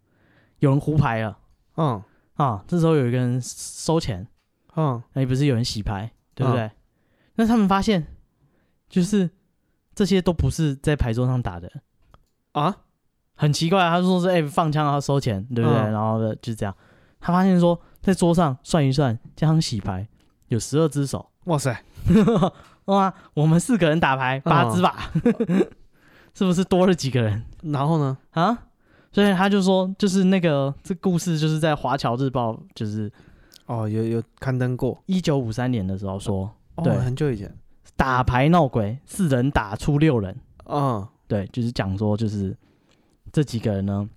Speaker 2: 有人胡牌了
Speaker 1: 嗯
Speaker 2: 啊，这时候有一个人收钱，
Speaker 1: 嗯，
Speaker 2: 那不是有人洗牌，对不对？那他们发现就是这些都不是在牌桌上打的，
Speaker 1: 啊，
Speaker 2: 很奇怪啊，他说是哎、放枪要收钱，对不对？
Speaker 1: 嗯
Speaker 2: 然后呢就这样，他发现说在桌上算一算，加上洗牌有十二只手，
Speaker 1: 哇塞，
Speaker 2: 哇，我们四个人打牌八只吧， 是不是多了几个人
Speaker 1: 然后呢？
Speaker 2: 啊？所以他就说，就是那个这故事就是在《华侨日报》就是
Speaker 1: 哦，有有刊登过，
Speaker 2: 一九五三年的时候说，
Speaker 1: 哦
Speaker 2: 对
Speaker 1: 很久以前。
Speaker 2: 打牌闹鬼，四人打出六人，
Speaker 1: 嗯，
Speaker 2: 对，就是讲说就是这几个人呢，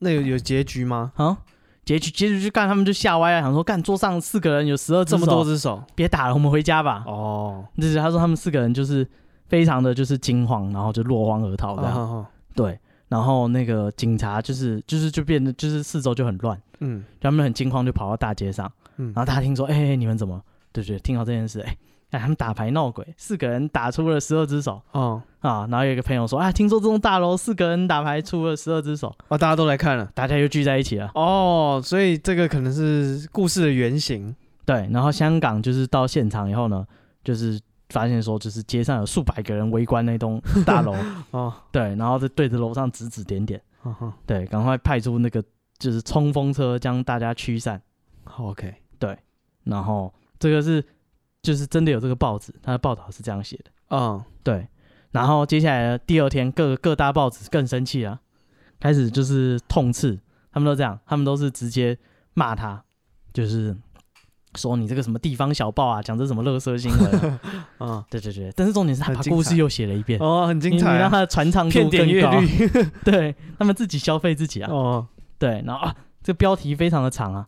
Speaker 1: 那有有结局吗？
Speaker 2: 啊，结局结局就干，他们就吓歪了，想说干桌上四个人有十二
Speaker 1: 这
Speaker 2: 这
Speaker 1: 么
Speaker 2: 么
Speaker 1: 多
Speaker 2: 多只，
Speaker 1: 只手
Speaker 2: 别打了，我们回家吧。
Speaker 1: 哦，
Speaker 2: 就是他说他们四个人就是非常的就是惊慌，然后就落荒而逃这
Speaker 1: 啊
Speaker 2: 样。
Speaker 1: 哈哈
Speaker 2: 对，然后那个警察就是就是就变得就是四周就很乱，
Speaker 1: 嗯
Speaker 2: 他们很惊慌就跑到大街上，
Speaker 1: 嗯
Speaker 2: 然后大家听说，哎、你们怎么？对对，听到这件事，哎、哎，他们打牌闹鬼，四个人打出了十二只手
Speaker 1: 哦
Speaker 2: 啊！然后有一个朋友说，啊，听说这栋大楼四个人打牌出了十二只手，
Speaker 1: 哦，大家都来看了
Speaker 2: 大家又聚在一起了。
Speaker 1: 哦，所以这个可能是故事的原型
Speaker 2: 对，然后香港就是到现场以后呢，就是发现说，就是街上有数百个人围观那栋大楼，
Speaker 1: 哦，
Speaker 2: 对，然后就对着楼上指指点点，
Speaker 1: 哈哈
Speaker 2: 对，赶快派出那个就是冲锋车将大家驱散，
Speaker 1: 好 OK
Speaker 2: 然后这个是就是真的有这个报纸，它的报道是这样写的，
Speaker 1: 嗯
Speaker 2: 对，然后接下来呢第二天各各大报纸更生气了，开始就是痛斥，他们都这样，他们都是直接骂他，就是说你这个什么地方小报啊，讲这什么垃圾新闻啊、
Speaker 1: 嗯
Speaker 2: 对对对，但是重点是他
Speaker 1: 很
Speaker 2: 把
Speaker 1: 精
Speaker 2: 故事
Speaker 1: 彩
Speaker 2: 又写了一遍，
Speaker 1: 哦，很
Speaker 2: 你
Speaker 1: 精
Speaker 2: 你
Speaker 1: 彩
Speaker 2: 让
Speaker 1: 啊，
Speaker 2: 他的传唱
Speaker 1: 骗
Speaker 2: 度
Speaker 1: 点
Speaker 2: 更
Speaker 1: 阅
Speaker 2: 高，
Speaker 1: 率
Speaker 2: 对他们自己消费自己啊，
Speaker 1: 哦，
Speaker 2: 对，然后啊，这标题非常的长啊，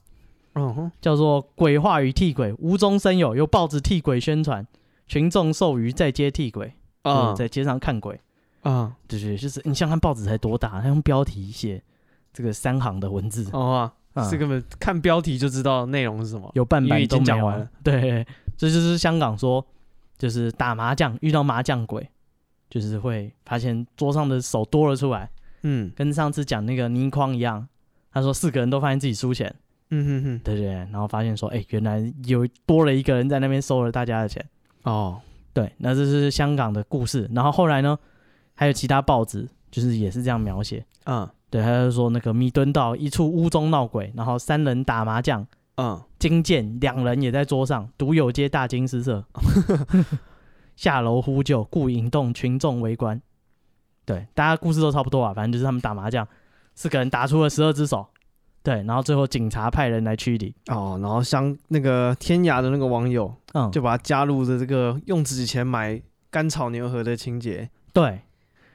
Speaker 1: 嗯哼
Speaker 2: 叫做“鬼话与替鬼无中生有”，由报纸替鬼宣传，群众授予在街替鬼，嗯，
Speaker 1: 啊
Speaker 2: 在街上看鬼，
Speaker 1: 啊
Speaker 2: 对对，对就是你想看报纸才多大，他用标题写这个三行的文字，
Speaker 1: 哦啊，
Speaker 2: 嗯
Speaker 1: 这个看标题就知道内容是什么
Speaker 2: 有半
Speaker 1: 因为
Speaker 2: 版
Speaker 1: 已
Speaker 2: 都
Speaker 1: 经
Speaker 2: 没
Speaker 1: 讲
Speaker 2: 有
Speaker 1: 完
Speaker 2: 啊
Speaker 1: 了，
Speaker 2: 对，这就是香港说，就是打麻将遇到麻将鬼，就是会发现桌上的手多了出来。
Speaker 1: 嗯
Speaker 2: 跟上次讲那个倪匡一样，他说四个人都发现自己输钱，
Speaker 1: 嗯哼哼
Speaker 2: 对对对，然后发现说，哎、原来有多了一个人在那边收了大家的钱，
Speaker 1: 哦
Speaker 2: 对，那这是香港的故事。然后后来呢，还有其他报纸就是也是这样描写。
Speaker 1: 嗯
Speaker 2: 对，他就说那个弥敦道一处屋中闹鬼，然后三人打麻将，
Speaker 1: 嗯，
Speaker 2: 惊见两人也在桌上，独有街大惊失色， 下楼呼救，故引动群众围观。对，大家故事都差不多啊，反正就是他们打麻将，四个人打出了十二只手，对，然后最后警察派人来驱离。
Speaker 1: 哦，然后像那个天涯的那个网友
Speaker 2: 嗯，
Speaker 1: 就把他加入的这个用自己钱买干炒牛河的情节。
Speaker 2: 对，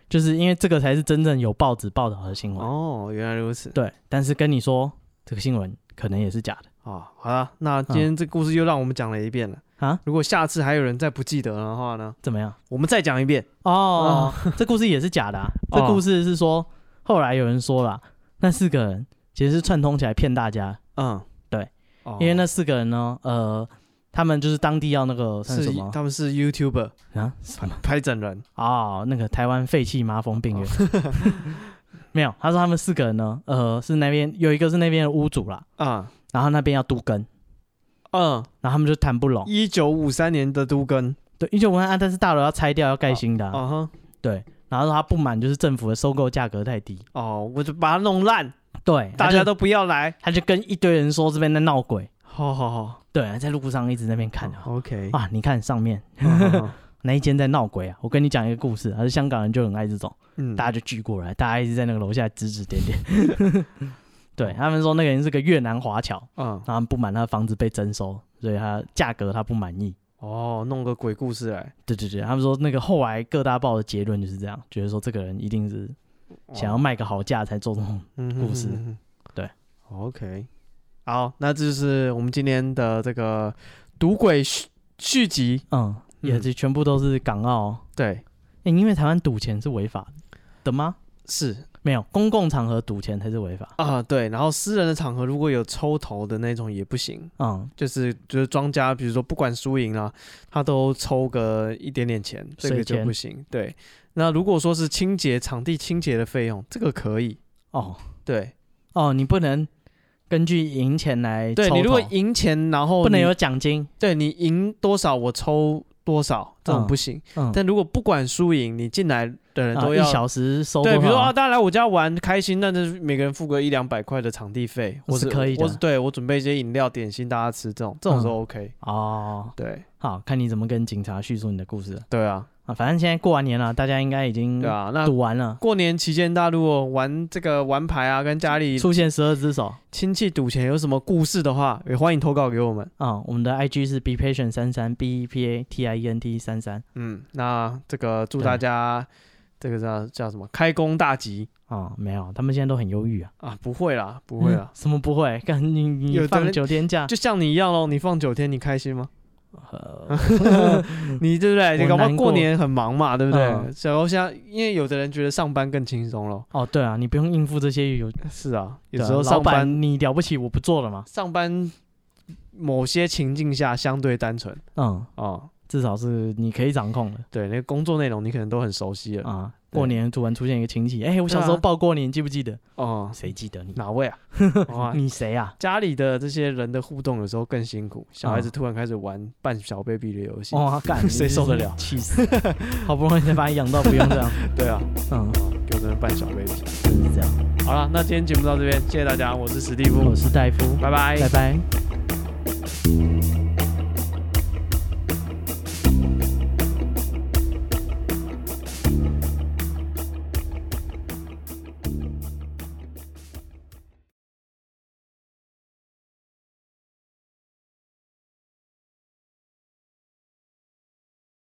Speaker 2: 就是因为这个才是真正有报纸报道的新闻。
Speaker 1: 哦，原来如此。
Speaker 2: 对，但是跟你说这个新闻可能也是假的。
Speaker 1: 哦，好了，那今天这故事又让我们讲了一遍了
Speaker 2: 啊。
Speaker 1: 如果下次还有人再不记得的话呢，
Speaker 2: 怎么样？
Speaker 1: 我们再讲一遍。
Speaker 2: 哦，这故事也是假的、啊。
Speaker 1: 哦
Speaker 2: 这故事是说，后来有人说了，那四个人其实是串通起来骗大家，
Speaker 1: 嗯，
Speaker 2: 对
Speaker 1: 哦，
Speaker 2: 因为那四个人呢，呃，他们就是当地要那个算
Speaker 1: 是
Speaker 2: 什么
Speaker 1: 他们是 YouTuber
Speaker 2: 啊？什么？
Speaker 1: 拍整人。
Speaker 2: 哦，那个台湾废弃麻风病院。
Speaker 1: 哦
Speaker 2: 没有，他说他们四个人呢，呃，是那边有一个是那边的屋主啦，
Speaker 1: 啊，
Speaker 2: 然后那边要都根，
Speaker 1: 嗯，
Speaker 2: 然后他们就谈不拢。
Speaker 1: 一九五三年的都根，
Speaker 2: 对，一九五三啊，但是大楼要拆掉，要盖新的啊、
Speaker 1: 啊哈，
Speaker 2: 对，然后他不满就是政府的收购价格太低，
Speaker 1: 哦，我就把它弄烂，
Speaker 2: 对，
Speaker 1: 大
Speaker 2: 他就
Speaker 1: 家都不要来。
Speaker 2: 他就跟一堆人说这边在闹鬼，
Speaker 1: 好好好，
Speaker 2: 对，在路上一直在那边
Speaker 1: 嗯
Speaker 2: 看啊，
Speaker 1: ，OK，
Speaker 2: 啊，你看上面
Speaker 1: 嗯好好
Speaker 2: 那一间在闹鬼啊，我跟你讲一个故事，还是香港人就很爱这种，
Speaker 1: 嗯，
Speaker 2: 大家就聚过来，大家一直在那个楼下指指点点，对他们说那个人是个越南华侨，
Speaker 1: 嗯，
Speaker 2: 他们不满他的房子被征收，所以他价格他不满意。
Speaker 1: 哦，弄个鬼故事来，
Speaker 2: 对对对，他们说那个后来各大报的结论就是这样，觉得说这个人一定是哦想
Speaker 1: 哦
Speaker 2: 要卖个好价才做这种
Speaker 1: 故
Speaker 2: 故事对
Speaker 1: 嗯，OK，好，那这就是我们今天的这个赌鬼续续集，
Speaker 2: 嗯，也是全部都是港澳。
Speaker 1: 对，
Speaker 2: 欸、因为台湾赌钱是违法的吗？
Speaker 1: 是
Speaker 2: 没有，公共场合赌钱才是违法。
Speaker 1: 啊，对，然后私人的场合如果有抽头的那种也不行，
Speaker 2: 嗯，
Speaker 1: 就是就是庄家，比如说不管输赢啦，他都抽个一点点钱，这个
Speaker 2: 水
Speaker 1: 就
Speaker 2: 钱
Speaker 1: 不行。对，那如果说是清洁场地清洁的费用，这个可以。
Speaker 2: 哦
Speaker 1: 对
Speaker 2: 哦，你不能根据赢钱来
Speaker 1: 对，
Speaker 2: 抽
Speaker 1: 你如果
Speaker 2: 头
Speaker 1: 赢钱，然后
Speaker 2: 不能
Speaker 1: 你
Speaker 2: 有奖金，
Speaker 1: 对你赢多少我抽多少，这种
Speaker 2: 嗯
Speaker 1: 不行。
Speaker 2: 嗯，
Speaker 1: 但如果不管输赢，你进来的人
Speaker 2: 啊
Speaker 1: 都
Speaker 2: 一
Speaker 1: 要。
Speaker 2: 小时收
Speaker 1: 对，
Speaker 2: 多
Speaker 1: 比如说
Speaker 2: 少
Speaker 1: 啊，大家来我家玩开心，那就是每个人付个一两百块的场地费，我
Speaker 2: 是可以的
Speaker 1: 我是对我准备一些饮料、点心，大家吃这种，这种是
Speaker 2: 嗯
Speaker 1: OK、
Speaker 2: 哦，
Speaker 1: 对
Speaker 2: 好看你怎么跟警察叙述你的故事
Speaker 1: 对啊，
Speaker 2: 啊。反正现在过完年了，大家应该已经
Speaker 1: 对啊。那
Speaker 2: 赌完了，
Speaker 1: 过年期间，大家如果玩这个玩牌啊，跟家里
Speaker 2: 出现十二只手。
Speaker 1: 亲戚赌钱有什么故事的话，也欢迎投稿给我们。
Speaker 2: 啊、我们的 I G 是 be patient 三三 b e p a t i e n t 三三
Speaker 1: 嗯，那这个祝大家这个叫叫什么开工大吉
Speaker 2: 啊，没有，他们现在都很忧郁啊，
Speaker 1: 啊！不会啦，不会啦，
Speaker 2: 什么不会？干你你
Speaker 1: 有的
Speaker 2: 放
Speaker 1: 人
Speaker 2: 九天假，
Speaker 1: 就像你一样喽。你放九天，你开心吗？
Speaker 2: 呃，
Speaker 1: 你对不对？你
Speaker 2: 我
Speaker 1: 搞不好
Speaker 2: 难
Speaker 1: 过
Speaker 2: 过
Speaker 1: 年很忙嘛，对不对？
Speaker 2: 嗯
Speaker 1: 然后现在，因为有的人觉得上班更轻松咯。
Speaker 2: 哦，对啊，你不用应付这些有
Speaker 1: 是啊，有
Speaker 2: 对啊
Speaker 1: 时候
Speaker 2: 老
Speaker 1: 上班
Speaker 2: 板你了不起，我不做了嘛。
Speaker 1: 上班某些情境下相对单纯
Speaker 2: 嗯，
Speaker 1: 啊、
Speaker 2: 至少是你可以掌控的
Speaker 1: 对，那个工作内容你可能都很熟悉了。
Speaker 2: 啊。
Speaker 1: 对
Speaker 2: 过年突然出现一个亲戚，哎、我小时
Speaker 1: 对
Speaker 2: 候
Speaker 1: 啊
Speaker 2: 报过年，你记不记得？
Speaker 1: 哦、
Speaker 2: 谁记得你？
Speaker 1: 哪位 啊？ 哇
Speaker 2: 你谁啊？
Speaker 1: 家里的这些人的互动有时候更辛苦，小
Speaker 2: 嗯
Speaker 1: 孩子突然开始玩扮小 baby 的游戏，
Speaker 2: 哇、 干，
Speaker 1: 谁受得了？
Speaker 2: 气死！ 好不容易才把你养到不用这样，
Speaker 1: 对啊，
Speaker 2: 嗯，
Speaker 1: 有的人扮小 baby。
Speaker 2: 真是这样。
Speaker 1: 好了，
Speaker 2: 嗯
Speaker 1: 那今天节目到这边，谢谢大家，我是史蒂夫
Speaker 2: 我，是戴夫，
Speaker 1: 拜拜
Speaker 2: 拜拜。